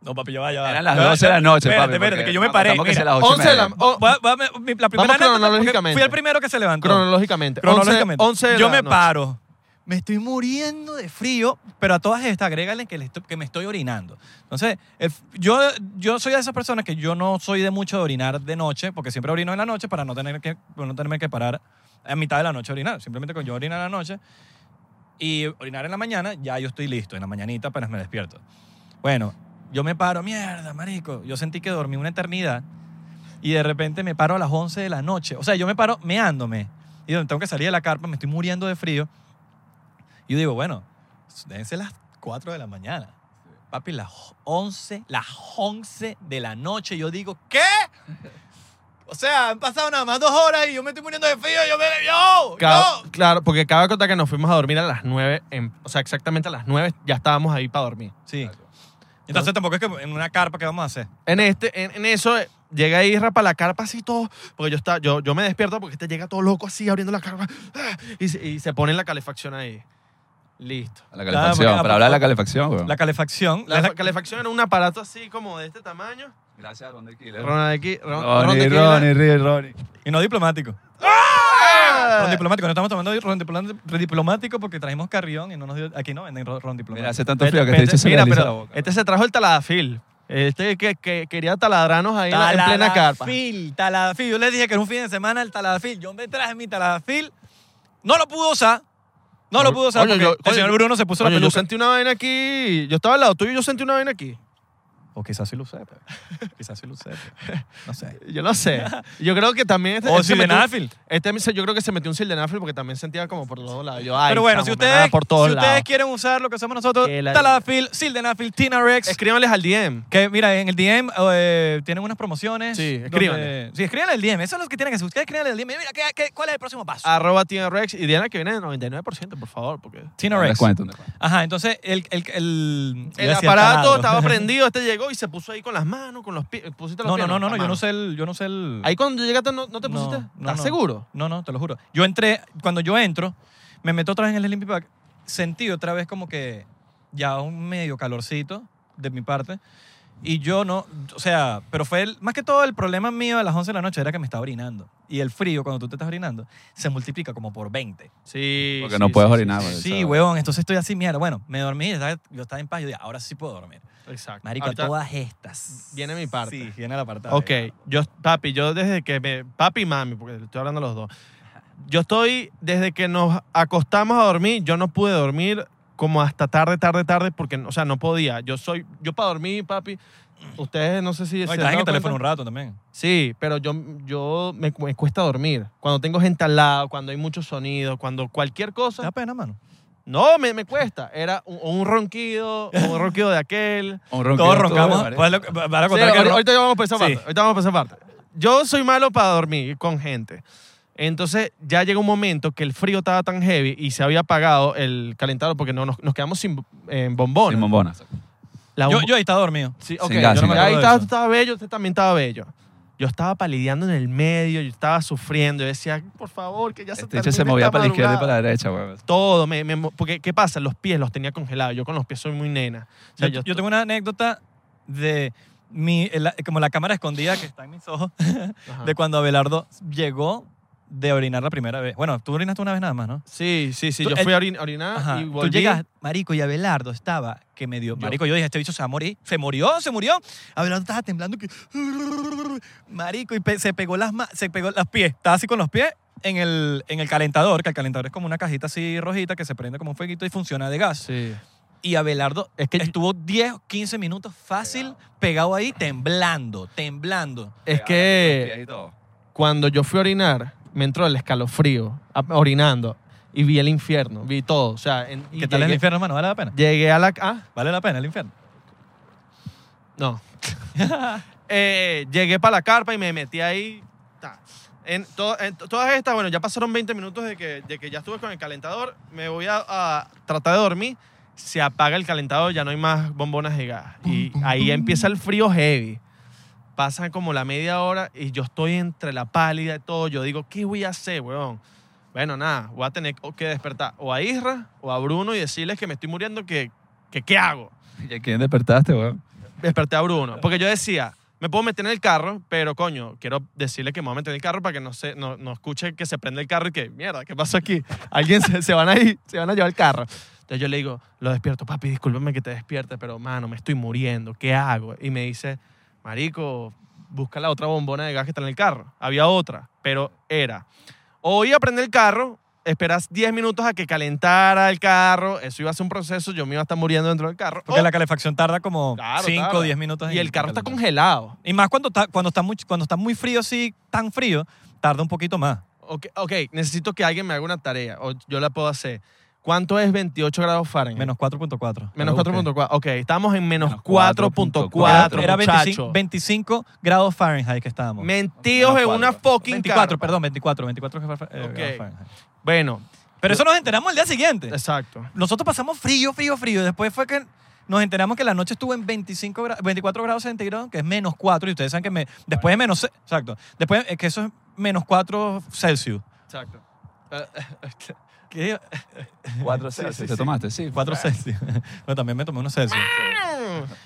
Speaker 1: No, papi, ya va, ya va.
Speaker 3: Eran las
Speaker 1: Ya va,
Speaker 3: 12
Speaker 1: ya
Speaker 3: de
Speaker 1: va.
Speaker 3: la noche,
Speaker 1: espérate,
Speaker 3: papi,
Speaker 1: Espérate,
Speaker 3: porque
Speaker 1: que yo me paré.
Speaker 3: estamos que
Speaker 1: mira. Oh,
Speaker 3: se las 8 y
Speaker 2: 11 de la,
Speaker 3: media.
Speaker 2: o-
Speaker 1: Voy a- voy a- mi- la primera
Speaker 2: Vamos
Speaker 1: anécdota, porque
Speaker 2: cronológicamente.
Speaker 1: Fui el primero que se levantó.
Speaker 2: cronológicamente.
Speaker 1: Cronológicamente.
Speaker 2: 11, 11 de
Speaker 1: yo
Speaker 2: la
Speaker 1: me
Speaker 2: noche.
Speaker 1: paro. Me estoy muriendo de frío, pero a todas estas, agrégale que, le estoy- que me estoy orinando. Entonces, el f- yo, yo soy de esas personas que yo no soy de mucho de orinar de noche, porque siempre orino en la noche para no tener que, para no tenerme que parar a mitad de la noche a orinar. Simplemente con yo orinar en la noche y orinar en la mañana, ya yo estoy listo. En la mañanita apenas me despierto. Bueno, yo me paro, mierda, marico. Yo sentí que dormí una eternidad y de repente me paro a las 11 de la noche. O sea, yo me paro meándome. Y donde tengo que salir de la carpa, me estoy muriendo de frío. Y yo digo, bueno, déjense las 4 de la mañana. Papi, las 11, las 11 de la noche. Yo digo, ¿qué? O sea, han pasado nada más dos horas y yo me estoy muriendo de frío. Yo me... ¡Yo!
Speaker 2: Ca-
Speaker 1: ¡No!
Speaker 2: Claro, porque cabe contar que nos fuimos a dormir a las 9, en- o sea, exactamente a las 9 ya estábamos ahí para dormir.
Speaker 1: Sí. Entonces tampoco es que en una carpa, ¿qué vamos a hacer?
Speaker 2: En este, en, en eso, eh, llega Isra para la carpa así todo, porque yo, está, yo, yo me despierto porque este llega todo loco así, abriendo la carpa, ah, y, se- y se pone la calefacción ahí. Listo.
Speaker 3: La calefacción,
Speaker 1: Ah, porque-
Speaker 3: para hablar de la calefacción, güey.
Speaker 1: La calefacción.
Speaker 2: La,
Speaker 1: es la-
Speaker 2: calefacción era un aparato así como de este tamaño.
Speaker 3: Gracias, Ron Tequila.
Speaker 2: Eh. Ronald aquí, Ron- Ron
Speaker 3: Ronnie,
Speaker 2: tequila.
Speaker 3: Ronnie, Ronnie, Ronnie.
Speaker 1: Y no diplomático.
Speaker 2: ¡Ah!
Speaker 1: Ron diplomático, no estamos tomando hoy ron, diplo- ron diplomático porque trajimos carrión y no nos dio, aquí no venden ron, ron
Speaker 3: Mira,
Speaker 1: diplomático.
Speaker 3: hace tanto frío que te
Speaker 2: Vete,
Speaker 3: dice se
Speaker 2: mira,
Speaker 3: me desliza
Speaker 2: pero
Speaker 3: la boca.
Speaker 2: este se trajo el taladafil. Este que, que quería taladrarnos ahí en la- en plena carpa.
Speaker 1: Taladafil, taladafil. Yo les dije que era un fin de semana el taladafil. Yo me traje mi taladafil. No lo pudo usar. No lo pudo usar
Speaker 2: Oye,
Speaker 1: porque
Speaker 2: yo-
Speaker 1: el
Speaker 2: oye,
Speaker 1: señor Bruno se puso
Speaker 2: Coño,
Speaker 1: la
Speaker 2: yo
Speaker 1: peluca.
Speaker 2: sentí una vaina aquí. Yo estaba al lado tuyo y yo sentí una vaina aquí.
Speaker 1: O quizás sí lo usé. pero- Quizás sí lo usé. pero- No sé.
Speaker 2: Yo lo sé. Yo creo que también este.
Speaker 1: O
Speaker 2: este se metió-
Speaker 1: sildenafil.
Speaker 2: Este se- yo creo que se metió un sildenafil porque también sentía como por los dos lados. Yo, ay,
Speaker 1: Pero bueno,
Speaker 2: chamo,
Speaker 1: si
Speaker 2: me
Speaker 1: ustedes,
Speaker 2: nada por todos
Speaker 1: si ustedes
Speaker 2: lados.
Speaker 1: quieren usar lo que usamos nosotros,
Speaker 2: Que la-
Speaker 1: taladafil, sildenafil, tinarex,
Speaker 2: Escríbanles al DM.
Speaker 1: Que mira, en el DM eh, tienen unas promociones.
Speaker 2: Sí,
Speaker 1: donde-
Speaker 2: escríbanle.
Speaker 1: Sí, escríbanle el DM. Eso es lo que tienen que hacer. Ustedes escríbanle el DM. Mira, ¿qué, qué- cuál es el próximo paso?
Speaker 2: Arroba TNRex y Diana que viene del 99%, por favor. Porque
Speaker 1: Tina
Speaker 3: Un
Speaker 1: Rex.
Speaker 3: descuento, un descuento.
Speaker 1: Ajá, entonces el, el, el,
Speaker 2: el
Speaker 1: iba a decir
Speaker 2: aparato
Speaker 1: taladro.
Speaker 2: estaba prendido. Este llegó y se puso ahí con las manos, con los pies. ¿Pusiste los
Speaker 1: No,
Speaker 2: pies?
Speaker 1: no, no, no, no,
Speaker 2: las
Speaker 1: yo no
Speaker 2: manos.
Speaker 1: sé el. Yo no sé el.
Speaker 2: Ahí cuando llegaste, ¿no, no te
Speaker 1: No,
Speaker 2: pusiste?
Speaker 1: no,
Speaker 2: ¿Estás
Speaker 1: no.
Speaker 2: seguro?
Speaker 1: No, no, te lo juro. Yo entré, cuando yo entro, me meto otra vez en el Slim Pack, sentí otra vez como que ya un medio calorcito de mi parte. Y yo no, o sea, pero fue el- más que todo el problema mío a las 11 de la noche era que me estaba orinando. Y el frío, cuando tú te estás orinando, se multiplica como por 20.
Speaker 2: Sí.
Speaker 3: Porque
Speaker 2: sí,
Speaker 3: no
Speaker 2: sí,
Speaker 3: puedes
Speaker 2: sí,
Speaker 3: orinar,
Speaker 2: sí,
Speaker 3: güey.
Speaker 1: Sí,
Speaker 3: sabe.
Speaker 1: weón, entonces estoy así, mierda. Bueno, me dormí, estaba- yo estaba en paz, yo dije, ahora sí puedo dormir.
Speaker 2: sí. Exacto.
Speaker 1: Marico,
Speaker 2: Ahorita-
Speaker 1: a todas estas.
Speaker 2: viene mi parte.
Speaker 1: Sí, viene la parte.
Speaker 2: Ok, yo, papi, yo desde que me. Papi y mami, porque estoy hablando a los dos. Yo estoy, desde que nos acostamos a dormir, yo no pude dormir como hasta tarde, tarde, tarde, porque, o sea, no podía. Yo soy, yo para dormir, papi, ustedes no sé si. se
Speaker 1: No, y
Speaker 2: han
Speaker 1: estás en
Speaker 2: dado
Speaker 1: el teléfono un
Speaker 2: cuenta.
Speaker 1: rato también.
Speaker 2: Sí, pero yo, yo me, cu- me cuesta dormir. Cuando tengo gente al lado, cuando hay mucho sonido, cuando cualquier
Speaker 1: Te
Speaker 2: cosa.
Speaker 1: da pena, mano.
Speaker 2: No, me, me cuesta. Era un, o un ronquido, o un ronquido de aquel.
Speaker 3: Un ronquido
Speaker 1: Todos
Speaker 3: tú,
Speaker 1: roncamos.
Speaker 3: marico.
Speaker 1: Pues, lo que- van a
Speaker 2: Sí,
Speaker 1: contar que
Speaker 2: ahor-
Speaker 1: ron-
Speaker 2: ahorita vamos a esa
Speaker 1: Sí.
Speaker 2: parte. Ahorita vamos a esa parte. Yo soy malo para dormir con gente. Entonces ya llegó un momento que el frío estaba tan heavy y se había apagado el calentador porque no, nos, nos quedamos sin eh, bombones.
Speaker 3: Sin bombona.
Speaker 2: La
Speaker 1: yo,
Speaker 2: bom-
Speaker 1: yo ahí estaba dormido.
Speaker 2: sí, ok,
Speaker 3: Sin gas,
Speaker 2: yo no
Speaker 3: sin
Speaker 2: me acuerdo
Speaker 3: gas.
Speaker 2: ahí
Speaker 1: de
Speaker 2: estaba,
Speaker 1: eso.
Speaker 2: tú estabas bello, usted también estaba bello. Yo estaba palideando en el medio, yo estaba sufriendo. Yo decía, por favor, que ya se
Speaker 3: Este bicho se
Speaker 2: termine
Speaker 3: movía
Speaker 2: esta
Speaker 3: para la izquierda y
Speaker 2: madrugada".
Speaker 3: para la derecha, güey.
Speaker 2: Todo, me, me mo- porque ¿qué pasa? Los pies los tenía congelados. Yo con los pies soy muy nena. O sea,
Speaker 1: yo, yo tengo una anécdota de mi, el- como la cámara escondida que está en mis ojos,
Speaker 2: Ajá.
Speaker 1: de cuando Abelardo llegó de orinar la primera vez. Bueno, tú orinaste una vez nada más, ¿no?
Speaker 2: Sí, sí, sí.
Speaker 1: Tú-
Speaker 2: Yo
Speaker 1: el-
Speaker 2: fui a orin- orinar
Speaker 1: Ajá.
Speaker 2: y volví.
Speaker 1: Tú llegas, marico, y Abelardo estaba que me dio.
Speaker 2: Yo.
Speaker 1: Marico, yo dije, este bicho se va a morir. Se murió, se murió. Abelardo estaba temblando que. Marico, y pe- se pegó las ma- se pegó los pies. Estaba así con los pies en el, en el calentador, que el calentador es como una cajita así rojita que se prende como un fueguito y funciona de gas.
Speaker 2: Sí.
Speaker 1: Y Abelardo
Speaker 2: Es que-
Speaker 1: estuvo 10, 15 minutos fácil pegado, ahí, temblando, temblando.
Speaker 2: Es que cuando yo fui a orinar, me entró el escalofrío a- orinando y vi el infierno, vi todo. O sea, en- y
Speaker 1: ¿Qué tal el
Speaker 2: llegué-
Speaker 1: infierno, hermano? ¿Vale la pena?
Speaker 2: Llegué a la... Ah,
Speaker 1: ¿Vale la pena el infierno?
Speaker 2: no. Eh, llegué para la carpa y me metí ahí. ta. En, to- en to- todas estas, bueno, ya pasaron 20 minutos de que, de que ya estuve con el calentador. Me voy a, a tratar de dormir. Se apaga el calentador, ya no hay más bombonas de gas. Y ahí empieza el frío heavy. Pasan como la media hora y yo estoy entre la pálida y todo. Yo digo, ¿qué voy a hacer, weón? Bueno, nada, voy a tener que despertar o a Isra o a Bruno y decirles que me estoy muriendo, que, que ¿qué hago?
Speaker 3: ¿Y a quién despertaste, weón?
Speaker 2: desperté a Bruno. Porque yo decía, me puedo meter en el carro, pero coño, quiero decirle que me voy a meter en el carro para que no, se, no, no escuche que se prende el carro y que, mierda, ¿qué pasó aquí? Alguien se, se van a ir, se van a llevar el carro. Entonces yo le digo, lo despierto, papi, discúlpame que te despierte, pero mano, me estoy muriendo, ¿qué hago? Y me dice, marico, busca la otra bombona de gas que está en el carro. Había otra, pero era, o iba a prender el carro, esperas 10 minutos a que calentara el carro, eso iba a ser un proceso, yo me iba a estar muriendo dentro del carro.
Speaker 1: Porque
Speaker 2: o-
Speaker 1: la calefacción tarda como
Speaker 2: Claro,
Speaker 1: 5
Speaker 2: tarda.
Speaker 1: o 10 minutos. en
Speaker 2: y el carro está
Speaker 1: calentar.
Speaker 2: congelado.
Speaker 1: Y más cuando está, cuando, está muy, cuando está muy frío, sí, tan frío, tarda un poquito más.
Speaker 2: Ok, ok, necesito que alguien me haga una tarea, o yo la puedo hacer. ¿Cuánto es 28 grados Fahrenheit?
Speaker 1: Menos 4.4.
Speaker 2: Menos
Speaker 3: Ok.
Speaker 2: 4.4. Ah, Ok, estamos en menos
Speaker 3: Menos
Speaker 2: 4.4,
Speaker 3: 4.4,
Speaker 1: Era 25,
Speaker 2: muchacho.
Speaker 1: 25 grados Fahrenheit que estábamos.
Speaker 2: Mentidos
Speaker 3: Menos
Speaker 2: en una
Speaker 3: cuatro.
Speaker 2: fucking
Speaker 1: 24,
Speaker 2: carpa.
Speaker 1: perdón, 24, 24 grados Fa- eh,
Speaker 2: Ok.
Speaker 1: grados Fahrenheit.
Speaker 2: Bueno,
Speaker 1: Pero eso nos enteramos el día siguiente.
Speaker 2: exacto.
Speaker 1: Nosotros pasamos frío, frío, frío. Después fue que nos enteramos que la noche estuvo en 25 gra- 24 grados centígrados, que es menos 4. Y ustedes saben que me- después de menos... ce- Exacto. Después eh, que eso es menos 4 Celsius.
Speaker 2: Exacto.
Speaker 1: ¿Qué?
Speaker 3: Cuatro
Speaker 2: Sí, sí,
Speaker 3: Celsius. ¿Te
Speaker 2: sí.
Speaker 3: tomaste? Sí.
Speaker 1: 4 Celsius. Bueno, también me tomé unos Celsius.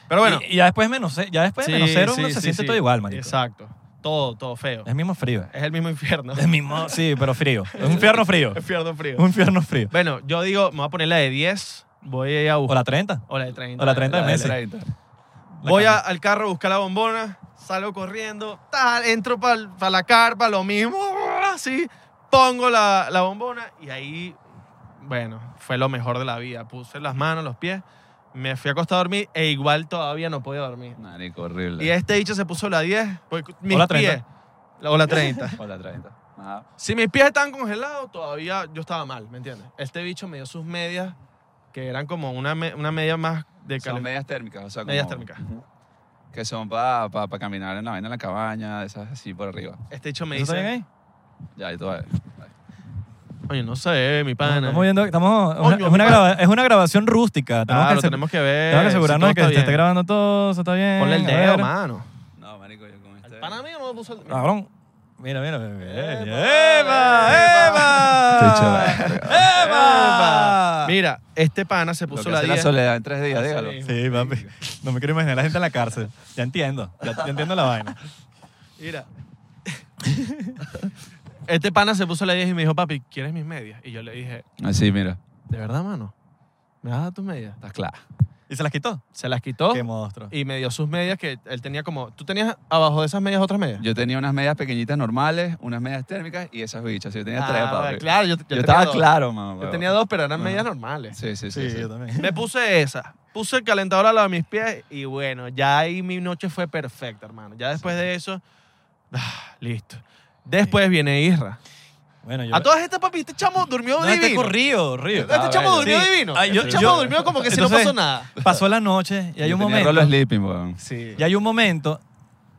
Speaker 2: Pero bueno.
Speaker 1: Y, y ya después, menos, ce- ya después de menos
Speaker 2: sí,
Speaker 1: 0
Speaker 2: sí,
Speaker 1: uno se
Speaker 2: sí,
Speaker 1: siente
Speaker 2: sí.
Speaker 1: todo igual, marico.
Speaker 2: Exacto. Todo, todo feo.
Speaker 1: Es el mismo frío.
Speaker 2: Es el mismo infierno.
Speaker 1: Es el mismo... Sí, pero frío. Es un infierno frío.
Speaker 2: infierno frío.
Speaker 1: Un infierno frío.
Speaker 2: Bueno, yo digo, me voy a poner la de 10, voy a
Speaker 1: O
Speaker 2: buscar.
Speaker 1: la 30.
Speaker 2: O la de 30.
Speaker 1: o la 30 de
Speaker 3: La
Speaker 1: Messi.
Speaker 3: del 30.
Speaker 1: La
Speaker 2: Voy
Speaker 1: cama.
Speaker 2: a- al carro a buscar la bombona, salgo corriendo, tal, entro para la carpa, lo mismo, así, pongo la, la bombona y ahí, bueno, fue lo mejor de la vida. Puse las manos, los pies, me fui a acostar a dormir e igual todavía no podía dormir.
Speaker 3: Marico, horrible.
Speaker 2: Y este dicho se puso la 10, porque mis
Speaker 1: la 30.
Speaker 2: pies, la- o la 30.
Speaker 3: O la 30. Ajá.
Speaker 2: Si mis pies estaban congelados, todavía yo estaba mal, ¿me entiendes? Este bicho me dio sus medias, que eran como una, me- una media más de
Speaker 3: Son
Speaker 2: calor.
Speaker 3: medias térmicas, o sea, como-
Speaker 2: Medias térmicas.
Speaker 3: Que son para pa, pa caminar en la vaina en la cabaña, esas así por arriba.
Speaker 2: Este bicho me
Speaker 1: ¿Eso está
Speaker 2: dice...
Speaker 1: bien ahí?
Speaker 3: Ya, y todo.
Speaker 2: Oye, no sé, mi pana.
Speaker 1: Estamos viendo, estamos,
Speaker 2: Coño,
Speaker 1: es, una
Speaker 2: mi
Speaker 1: grava- es una grabación rústica. Tenemos
Speaker 2: Claro,
Speaker 1: que,
Speaker 2: tenemos que ver.
Speaker 1: tenemos que
Speaker 2: si
Speaker 1: asegurarnos
Speaker 2: todo
Speaker 1: de que
Speaker 2: está
Speaker 1: se esté
Speaker 2: bien.
Speaker 1: grabando todo, se está bien.
Speaker 2: Ponle el
Speaker 1: a
Speaker 2: dedo,
Speaker 1: ver.
Speaker 2: mano.
Speaker 3: No, marico, yo con este...
Speaker 2: mío no puso el
Speaker 1: Cabrón. Mira, mira. mira.
Speaker 2: Epa,
Speaker 1: ¡Eva!
Speaker 3: epa.
Speaker 1: ¡Eva! ¡Eva!
Speaker 2: Mira, este pana se
Speaker 3: Lo
Speaker 2: puso
Speaker 3: que
Speaker 2: la Ah,
Speaker 3: hace la
Speaker 2: 10.
Speaker 3: soledad en tres días,
Speaker 2: Así
Speaker 3: dígalo.
Speaker 2: mismo.
Speaker 1: Sí, papi. No me quiero imaginar la gente en la cárcel. Ya entiendo. Ya, ya entiendo la vaina.
Speaker 2: Mira. este pana se puso la 10 y me dijo, papi, ¿quieres mis medias? Y yo le dije,
Speaker 3: Así, Ah, mira.
Speaker 2: ¿de verdad, mano? ¿Me vas a dar tus medias?
Speaker 3: Estás clara.
Speaker 1: ¿Y se las quitó?
Speaker 2: Se las quitó
Speaker 1: Qué monstruo.
Speaker 2: y me dio sus medias que él tenía como. ¿Tú tenías abajo de esas medias otras medias?
Speaker 3: Yo tenía unas medias pequeñitas normales, unas medias térmicas y esas bichas. Yo tenía
Speaker 2: Ah,
Speaker 3: tres, papi.
Speaker 2: Claro, yo, yo
Speaker 3: Yo
Speaker 2: tenía
Speaker 3: estaba
Speaker 2: dos.
Speaker 3: claro, mamá.
Speaker 2: Yo
Speaker 3: huevo.
Speaker 2: tenía dos, pero eran
Speaker 3: Ajá.
Speaker 2: medias normales.
Speaker 3: Sí, sí,
Speaker 1: Sí,
Speaker 3: sí. sí.
Speaker 1: yo también.
Speaker 2: Me puse esa. Puse el calentador al lado de mis pies y bueno, ya ahí mi noche fue perfecta, hermano. Ya después de eso, ah, listo. Después viene Isra.
Speaker 1: Bueno, yo...
Speaker 2: A todas estas, papi, este chamo durmió
Speaker 1: no, este
Speaker 2: divino.
Speaker 1: corrido, río.
Speaker 2: Este chamo
Speaker 3: Ah,
Speaker 2: durmió
Speaker 1: sí.
Speaker 2: divino.
Speaker 1: Ah, yo-
Speaker 2: este chamo
Speaker 1: yo-
Speaker 2: durmió como que si no
Speaker 1: entonces-
Speaker 2: pasó nada.
Speaker 1: Pasó la noche y hay
Speaker 3: Yo
Speaker 1: un
Speaker 3: tenía
Speaker 1: momento...
Speaker 3: Rolo sleeping, weón.
Speaker 2: Sí.
Speaker 1: Y hay un momento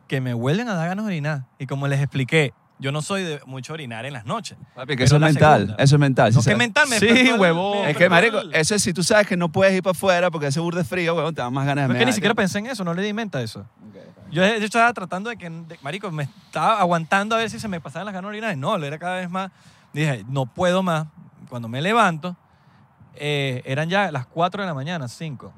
Speaker 1: que me vuelven a dar ganas de orinar. Y como les expliqué, yo no soy de mucho orinar en las noches.
Speaker 3: Papi,
Speaker 1: Pero
Speaker 3: que eso es
Speaker 1: la
Speaker 3: mental.
Speaker 1: segunda.
Speaker 3: Eso es mental. sí
Speaker 1: No, que
Speaker 3: sabes.
Speaker 1: mental me
Speaker 2: Sí,
Speaker 1: despertó el-
Speaker 2: huevón.
Speaker 1: me
Speaker 3: Es
Speaker 1: despertó
Speaker 3: que, marico,
Speaker 1: el-
Speaker 3: eso es si tú sabes que no puedes ir para afuera porque hace burde frío, weón, te da más ganas de
Speaker 1: Pero es que ni
Speaker 3: mear,
Speaker 1: siquiera
Speaker 3: ¿entiendes?
Speaker 1: pensé en eso, no le di mente a eso.
Speaker 3: Ok, está bien.
Speaker 1: Yo, yo estaba tratando de que, de- marico, me estaba aguantando a ver si se me pasaban las ganas de orinar. Y No, lo era cada vez más. Dije, no puedo más. Cuando me levanto, eh, eran ya las 4 de la mañana, 5.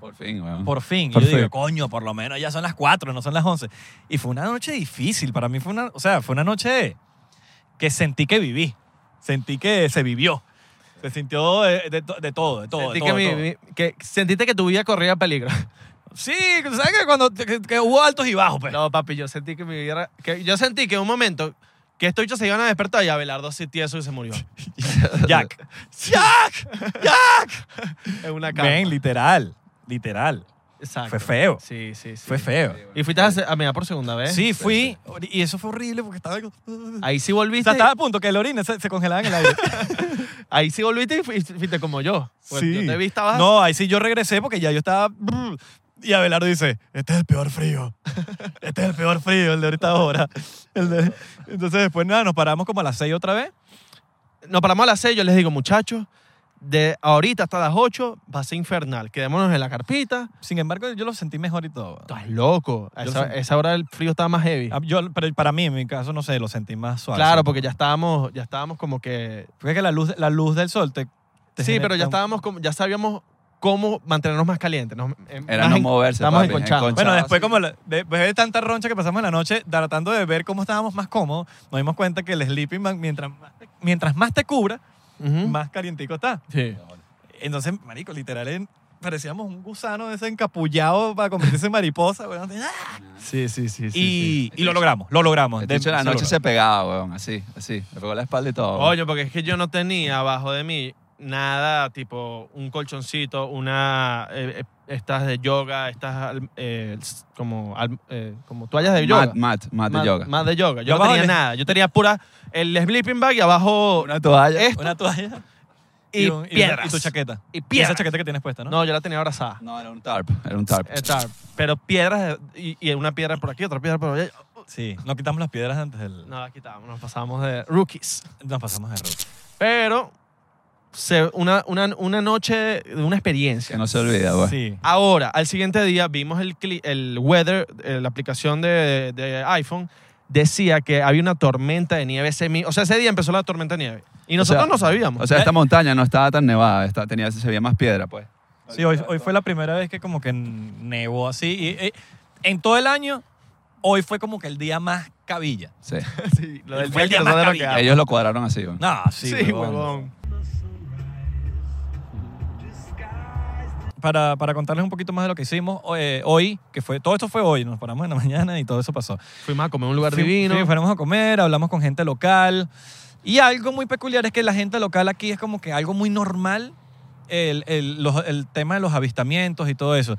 Speaker 3: Por fin, weón.
Speaker 1: Por fin. Y
Speaker 3: Por
Speaker 1: yo digo,
Speaker 3: fin.
Speaker 1: coño, por lo menos ya son las 4, no son las 11. Y fue una noche difícil. Para mí fue una, o sea, fue una noche que sentí que viví. Sentí que se vivió. Se sintió de, de to- de todo, de todo.
Speaker 2: Sentí
Speaker 1: de
Speaker 2: que
Speaker 1: todo, de
Speaker 2: mi-
Speaker 1: todo.
Speaker 2: mi- que- sentiste que tu vida corría peligro.
Speaker 1: Sí, ¿sabes que cuando que, que hubo altos y bajos, pues?
Speaker 2: No, papi, yo sentí que mi vida. era- Que, yo sentí que en un momento que estos bichos se iban a despertar y Abelardo así tieso y se murió.
Speaker 1: Jack. ¡Jack! ¡Jack!
Speaker 2: En una cama.
Speaker 1: Ven, literal. Literal.
Speaker 2: Exacto.
Speaker 1: Fue feo.
Speaker 2: Sí, sí, sí.
Speaker 1: Fue feo.
Speaker 2: ¿Y fuiste a, a mirar por segunda vez?
Speaker 1: Sí, fui. Y eso fue horrible porque estaba. O
Speaker 2: Ahí sí volviste.
Speaker 1: sea, estaba a punto que el orina se, se congelaba en el aire.
Speaker 2: Ahí sí volviste y fuiste fuiste como yo. Pues
Speaker 1: Sí.
Speaker 2: Yo te vi, estabas.
Speaker 1: No, ahí sí yo regresé porque ya yo estaba. Y Abelardo dice: Este es el peor frío. Este es el peor frío, el de ahorita ahora. El de- Entonces, después nada, nos paramos como a las 6 otra vez.
Speaker 2: Nos paramos a las 6, yo les digo, muchachos, de ahorita hasta las 8 va a ser infernal. Quedémonos en la carpita.
Speaker 1: Sin embargo, yo lo sentí mejor y todo.
Speaker 2: Estás loco. A
Speaker 1: Yo
Speaker 2: esa,
Speaker 1: sé.
Speaker 2: esa hora el frío estaba más heavy.
Speaker 1: Ah, Yo, pero para mí, en mi caso, no sé, lo sentí más suave.
Speaker 2: claro, porque ya estábamos, ya estábamos como que.
Speaker 1: Porque es que la luz, la luz del sol te. te
Speaker 2: Sí, pero ya
Speaker 1: genera un-
Speaker 2: estábamos como, ya sabíamos cómo mantenernos más calientes. Nos- em-
Speaker 3: Era
Speaker 2: más
Speaker 3: no
Speaker 2: en-
Speaker 3: moverse.
Speaker 2: estamos
Speaker 3: papi,
Speaker 2: enconchados.
Speaker 1: Bueno,
Speaker 3: así.
Speaker 1: después, como la- después de tanta roncha que pasamos en la noche, tratando de ver cómo estábamos más cómodos, nos dimos cuenta que el sleeping bag, mientras más te, mientras más te cubra,
Speaker 2: Ujú.
Speaker 1: más calientico está.
Speaker 2: Sí.
Speaker 1: Entonces, marico, literal, en- parecíamos un gusano de ese encapullado para convertirse en mariposa. weón. ¡Ah!
Speaker 2: Sí, sí, sí. sí,
Speaker 1: y,
Speaker 2: sí.
Speaker 1: y lo logramos, lo logramos.
Speaker 3: De hecho, en la
Speaker 1: se
Speaker 3: noche
Speaker 1: logró.
Speaker 3: se pegaba, weón, así, así. Me pegó la espalda y todo.
Speaker 2: Oye, porque es que yo no tenía abajo de mí nada, tipo un colchoncito, una. eh, eh, estas de yoga, estas al- eh, s- como, al- eh, como toallas de yoga.
Speaker 3: Mat, mat, mat de
Speaker 2: Más-
Speaker 3: yoga.
Speaker 2: más de yoga.
Speaker 1: Yo
Speaker 2: Yo no
Speaker 1: abajo
Speaker 2: tenía
Speaker 1: le-
Speaker 2: nada. Yo tenía pura el sleeping bag y abajo
Speaker 3: Una toalla.
Speaker 2: esto
Speaker 1: Una toalla
Speaker 2: y,
Speaker 1: un- y-
Speaker 2: piedras.
Speaker 1: y tu chaqueta.
Speaker 2: Y
Speaker 1: Y esa
Speaker 2: piedras.
Speaker 1: chaqueta que tienes puesta, ¿no?
Speaker 2: No, yo la tenía abrazada.
Speaker 3: No, era un tarp. Era un tarp.
Speaker 2: Eh, tarp. Pero piedras, eh, y, y una piedra por aquí, otra piedra por allá.
Speaker 1: Sí, nos quitamos las piedras antes del...
Speaker 2: No la quitábamos, nos pasábamos de rookies.
Speaker 1: Nos pasamos de ruta.
Speaker 2: Pero se, una, una, una noche de una experiencia.
Speaker 3: Que no se
Speaker 2: Ah,
Speaker 3: olvida, weón.
Speaker 1: Sí.
Speaker 2: Ahora, al siguiente día vimos el, cli- el weather, eh, la aplicación de, de iPhone, decía que había una tormenta de nieve ese mi- O sea, ese día empezó la tormenta de nieve. Y nosotros
Speaker 3: sea,
Speaker 2: no sabíamos.
Speaker 3: O
Speaker 1: ¿Eh?
Speaker 3: sea, esta montaña no estaba tan nevada. esta- tenía, se veía más piedra, pues.
Speaker 1: Sí, hoy, hoy fue la primera vez que como que nevó así. Y, eh, en todo el año, hoy fue como que el día más cabilla.
Speaker 3: Sí.
Speaker 2: Sí, lo
Speaker 1: Fue el día
Speaker 2: viernes
Speaker 1: más
Speaker 2: nosotros
Speaker 1: cabilla.
Speaker 2: quedamos.
Speaker 3: Ellos lo cuadraron así, weón.
Speaker 1: No, sí,
Speaker 2: Sí,
Speaker 1: huevón.
Speaker 2: huevón.
Speaker 1: Para, para contarles un poquito más de lo que hicimos eh, hoy, que fue, todo esto fue hoy, nos paramos en la mañana y todo eso pasó.
Speaker 2: Fuimos a comer a un lugar
Speaker 1: Fui-
Speaker 2: divino.
Speaker 1: sí, fuéramos a comer, hablamos con gente local. Y algo muy peculiar es que la gente local aquí es como que algo muy normal, el, el- los- el tema de los avistamientos y todo eso.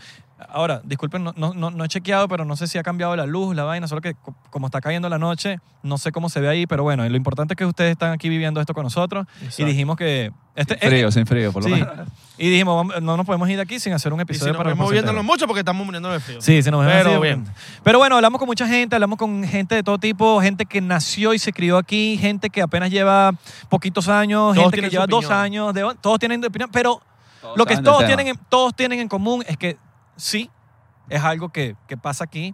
Speaker 1: Ahora, disculpen, no, no- no- no he chequeado, pero no sé si ha cambiado la luz, la vaina, solo que co- como está cayendo la noche, no sé cómo se ve ahí, pero bueno, lo importante es que ustedes están aquí viviendo esto con nosotros
Speaker 2: Exacto.
Speaker 1: y dijimos que... Este, eh,
Speaker 3: Frío, sin frío, por lo
Speaker 1: sí,
Speaker 3: menos.
Speaker 1: y dijimos, "Vamos- no nos podemos ir de aquí sin hacer un
Speaker 2: Y si
Speaker 1: episodio
Speaker 2: nos
Speaker 1: para el
Speaker 2: vemos viéndonos
Speaker 1: porcentaje".
Speaker 2: mucho porque estamos muriendo de frío.
Speaker 1: Sí, se nos ve
Speaker 2: Pero
Speaker 1: así.
Speaker 2: bien.
Speaker 1: Pero bueno, hablamos con mucha gente, hablamos con gente de todo tipo, gente que nació y se crió aquí, gente que apenas lleva poquitos años,
Speaker 2: Todos
Speaker 1: gente que
Speaker 2: tienen su
Speaker 1: lleva dos
Speaker 2: opinión.
Speaker 1: años, de- todos tienen de opinión, pero
Speaker 3: Todos
Speaker 1: lo que
Speaker 3: saben del
Speaker 1: todos
Speaker 3: tema.
Speaker 1: tienen, en, todos tienen en común es que sí, es algo que, que pasa aquí,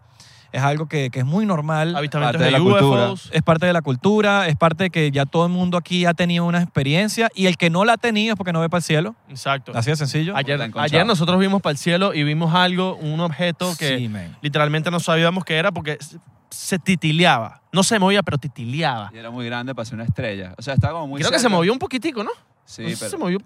Speaker 1: es algo que, que es muy normal.
Speaker 2: Avistamientos de,
Speaker 3: Parte de la
Speaker 2: UFOs.
Speaker 1: Es parte de la cultura, es parte de que ya todo el mundo aquí ha tenido una experiencia y el que no la ha tenido es porque no ve para el cielo.
Speaker 2: Exacto.
Speaker 1: Así de sencillo.
Speaker 3: Está
Speaker 2: Ayer,
Speaker 3: enconchado.
Speaker 2: ayer nosotros vimos para el cielo y vimos algo, un objeto que
Speaker 1: Sí, man.
Speaker 2: literalmente no sabíamos qué era porque se- se titileaba. No se movía, pero titileaba.
Speaker 3: Y era muy grande para ser una estrella. O sea, estaba como muy
Speaker 2: Creo que se
Speaker 3: cerca.
Speaker 2: movió un poquitico, ¿no? No
Speaker 3: Sí,
Speaker 2: sé si se
Speaker 3: pero,
Speaker 2: movió.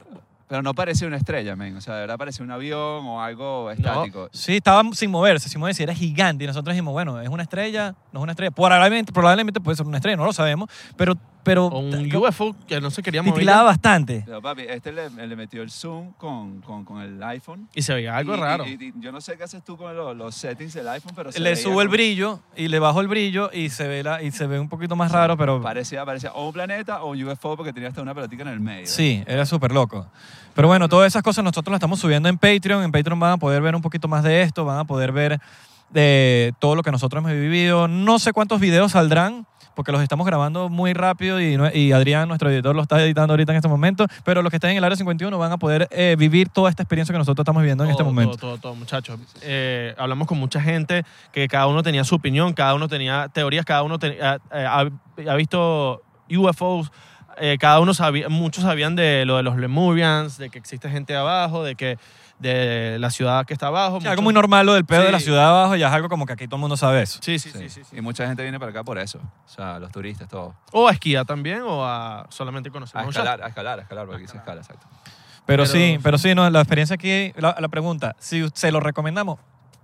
Speaker 3: pero no parecía una estrella, men. O sea, de verdad parecía un avión o algo estático.
Speaker 1: Sí, estaba sin moverse, sin moverse, era gigante. Y nosotros dijimos, bueno, es una estrella, no es una estrella. Probablemente, probablemente puede ser una estrella, no lo sabemos. Pero, pero
Speaker 2: O un
Speaker 1: t-
Speaker 2: UFO que no se quería mover.
Speaker 1: titilaba bastante.
Speaker 3: Pero papi, este le, le metió el zoom con, con, con el iPhone.
Speaker 2: Y se veía algo
Speaker 3: Y-
Speaker 2: raro.
Speaker 3: y- y yo no sé qué haces tú con los, los settings del iPhone, pero se
Speaker 1: Le
Speaker 3: veía
Speaker 1: subo el
Speaker 3: como-
Speaker 1: brillo y le bajo el brillo y se ve, la, y se ve un poquito más raro, pero
Speaker 3: Parecía, parecía o un planeta o un UFO porque tenía hasta una pelotita en el medio.
Speaker 1: sí, era súper loco. Pero bueno, todas esas cosas nosotros las estamos subiendo en Patreon. En Patreon van a poder ver un poquito más de esto, van a poder ver de todo lo que nosotros hemos vivido. No sé cuántos videos saldrán, porque los estamos grabando muy rápido y, nue- y Adrián, nuestro editor, lo está editando ahorita en este momento. Pero los que estén en el área 51 van a poder eh, vivir toda esta experiencia que nosotros estamos viviendo en este
Speaker 2: Todo,
Speaker 1: momento.
Speaker 2: Todo, todo, todo, muchachos. Eh, hablamos con mucha gente que cada uno tenía su opinión, cada uno tenía teorías, cada uno ten- eh, eh, ha, ha visto UFOs. eh, cada uno sabía, muchos sabían de lo de los Lemurians, de que existe gente abajo, de que de la ciudad que está abajo.
Speaker 1: Sí, algo
Speaker 2: muchos-
Speaker 1: muy normal lo del pedo de la
Speaker 2: Sí.
Speaker 1: ciudad abajo, ya es algo como que aquí todo el mundo sabe eso.
Speaker 2: Sí, sí,
Speaker 3: Sí.
Speaker 2: sí. sí, sí.
Speaker 3: Y mucha gente viene para acá por eso. O sea, los turistas, todo.
Speaker 2: O a esquiar también, o a solamente conocer.
Speaker 3: A
Speaker 2: muchas-
Speaker 3: escalar, a escalar, a escalar, porque aquí se escala, exacto.
Speaker 1: Pero,
Speaker 2: Pero-
Speaker 1: sí, pero sí, no, la experiencia aquí, la, la pregunta, si se lo recomendamos,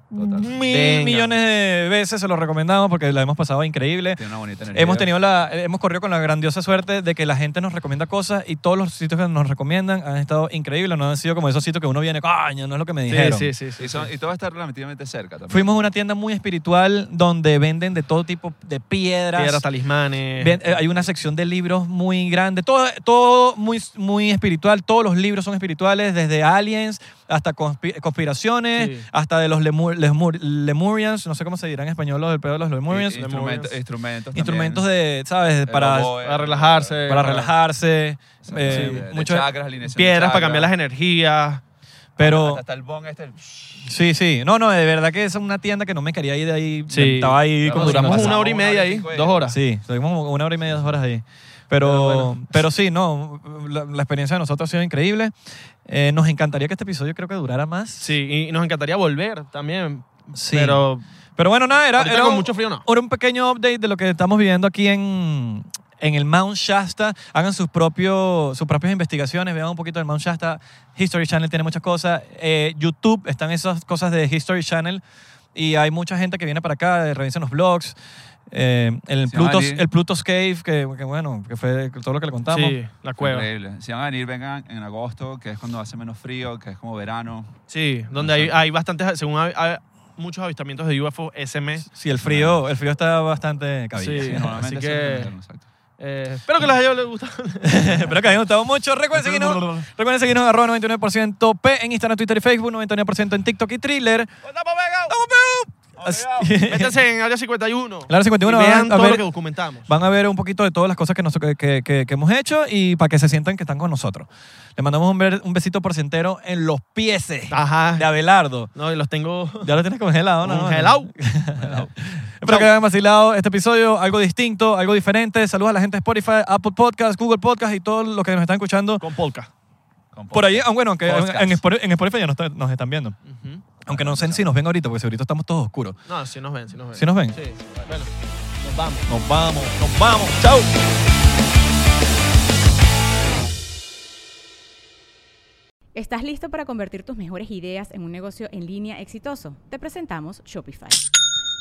Speaker 3: Total.
Speaker 1: mil
Speaker 2: Venga.
Speaker 1: millones de veces se lo recomendamos porque la hemos pasado increíble.
Speaker 3: Tiene una bonita energía.
Speaker 1: Hemos tenido la, hemos corrido con la grandiosa suerte de que la gente nos recomienda cosas y todos los sitios que nos recomiendan han estado increíbles, no han sido como esos sitios que uno viene, coño, no es lo que me
Speaker 2: Sí,
Speaker 1: dijeron.
Speaker 2: sí, sí, sí,
Speaker 3: Y, son- y todo está relativamente cerca también.
Speaker 1: Fuimos a una tienda muy espiritual donde venden de todo tipo de piedras.
Speaker 2: Piedras, talismanes.
Speaker 1: Ven- eh, hay una sección de libros muy grande, todo, todo muy, muy espiritual, todos los libros son espirituales, desde aliens hasta conspi- conspiraciones,
Speaker 2: Sí.
Speaker 1: hasta de los lemur- lemur- lemurians, no sé cómo se dirá en español los del pedo de los
Speaker 3: Y-
Speaker 1: lemurians,
Speaker 3: instrumentos, Eh, instrumentos. también.
Speaker 1: instrumentos de, ¿sabes?
Speaker 3: El
Speaker 1: Para,
Speaker 3: oboe,
Speaker 2: para relajarse.
Speaker 1: eh, para relajarse,
Speaker 3: Sí,
Speaker 1: eh,
Speaker 3: de- de
Speaker 1: muchas-
Speaker 3: chakras, alineación de
Speaker 2: Piedras para
Speaker 3: chakras.
Speaker 2: cambiar las energías.
Speaker 1: pero
Speaker 3: Hasta, hasta el bong este. el-
Speaker 1: sí, sí, no, no, de verdad que es una tienda que no me quería ir de ahí,
Speaker 2: Sí.
Speaker 1: estaba ahí
Speaker 3: Claro,
Speaker 1: como duramos
Speaker 3: nos
Speaker 2: Duramos
Speaker 3: pasamos
Speaker 2: una hora y
Speaker 3: una
Speaker 2: media
Speaker 3: hora y
Speaker 2: ahí,
Speaker 3: cinco de-
Speaker 2: dos horas.
Speaker 1: Sí, estuvimos como una hora y media, dos horas ahí. Pero,
Speaker 2: Pero
Speaker 1: pero,
Speaker 2: bueno.
Speaker 1: sí, no, la, la experiencia de nosotros ha sido increíble. Eh, nos encantaría que este episodio creo que durara más.
Speaker 2: Sí, y nos encantaría volver también.
Speaker 1: Sí.
Speaker 2: Pero
Speaker 1: Pero bueno, nada, era,
Speaker 2: ahorita
Speaker 1: era
Speaker 2: con
Speaker 1: un,
Speaker 2: mucho frío no.
Speaker 1: era un pequeño update de lo que estamos viviendo aquí en, en el Mount Shasta. Hagan sus, propios, sus propias investigaciones, vean un poquito del Mount Shasta. History Channel tiene muchas cosas. Eh, YouTube, están esas cosas de History Channel. Y hay mucha gente que viene para acá, eh, revisen los blogs. Eh, el,
Speaker 3: Se llama
Speaker 1: Pluto's,
Speaker 3: allí.
Speaker 1: el Pluto's Cave, que, que bueno, que fue todo lo que le contamos.
Speaker 2: Sí, la cueva.
Speaker 3: Increíble. Si van a venir, vengan en agosto, que es cuando hace menos frío, que es como verano.
Speaker 2: Sí, donde hay, hay bastantes, según hay- hay muchos avistamientos de UFO ese mes.
Speaker 1: Sí, el frío, el frío está bastante cabilla.
Speaker 2: Sí,
Speaker 3: normalmente
Speaker 2: así
Speaker 3: eso es
Speaker 2: que-
Speaker 3: en invierno, exacto.
Speaker 2: Eh, espero que les haya gustado.
Speaker 1: Espero que les haya gustado mucho. Recuerden seguirnos, recuerden seguirnos arroba 99% P en Instagram, Twitter y Facebook, 99% en TikTok y Thriller. Así-
Speaker 2: Métanse en Área 51.
Speaker 1: Claro, 51
Speaker 2: y
Speaker 1: van
Speaker 2: vean
Speaker 1: a
Speaker 2: todo lo
Speaker 1: ver,
Speaker 2: que documentamos.
Speaker 1: van a ver un poquito de todas las cosas que, nos- que, que- que- que hemos hecho y para que se sientan que están con nosotros. Les mandamos un, ver- un besito por centero en los pies de
Speaker 2: Ajá.
Speaker 1: Abelardo.
Speaker 2: No, y los tengo
Speaker 1: Ya lo tienes congelado, ¿no?
Speaker 2: congelado.
Speaker 1: Espero que hayan vacilado este episodio, algo distinto, algo diferente. Saludos a la gente de Spotify, Apple Podcast, Google Podcast y todos los que nos están escuchando.
Speaker 2: Con polka.
Speaker 3: Con
Speaker 1: Por ahí, ah, bueno, aunque en,
Speaker 3: Podcast.
Speaker 1: en Spotify en Spotify ya nos, está- nos están viendo.
Speaker 2: Ujú.
Speaker 1: Aunque no sé si nos ven ahorita, porque si ahorita estamos todos oscuros.
Speaker 2: No, sí nos ven, sí nos ven.
Speaker 1: ¿Sí nos ven?
Speaker 2: Sí. Bueno, nos vamos.
Speaker 1: Nos vamos, nos vamos. Chao.
Speaker 4: ¿Estás listo para convertir tus mejores ideas en un negocio en línea exitoso? Te presentamos Shopify.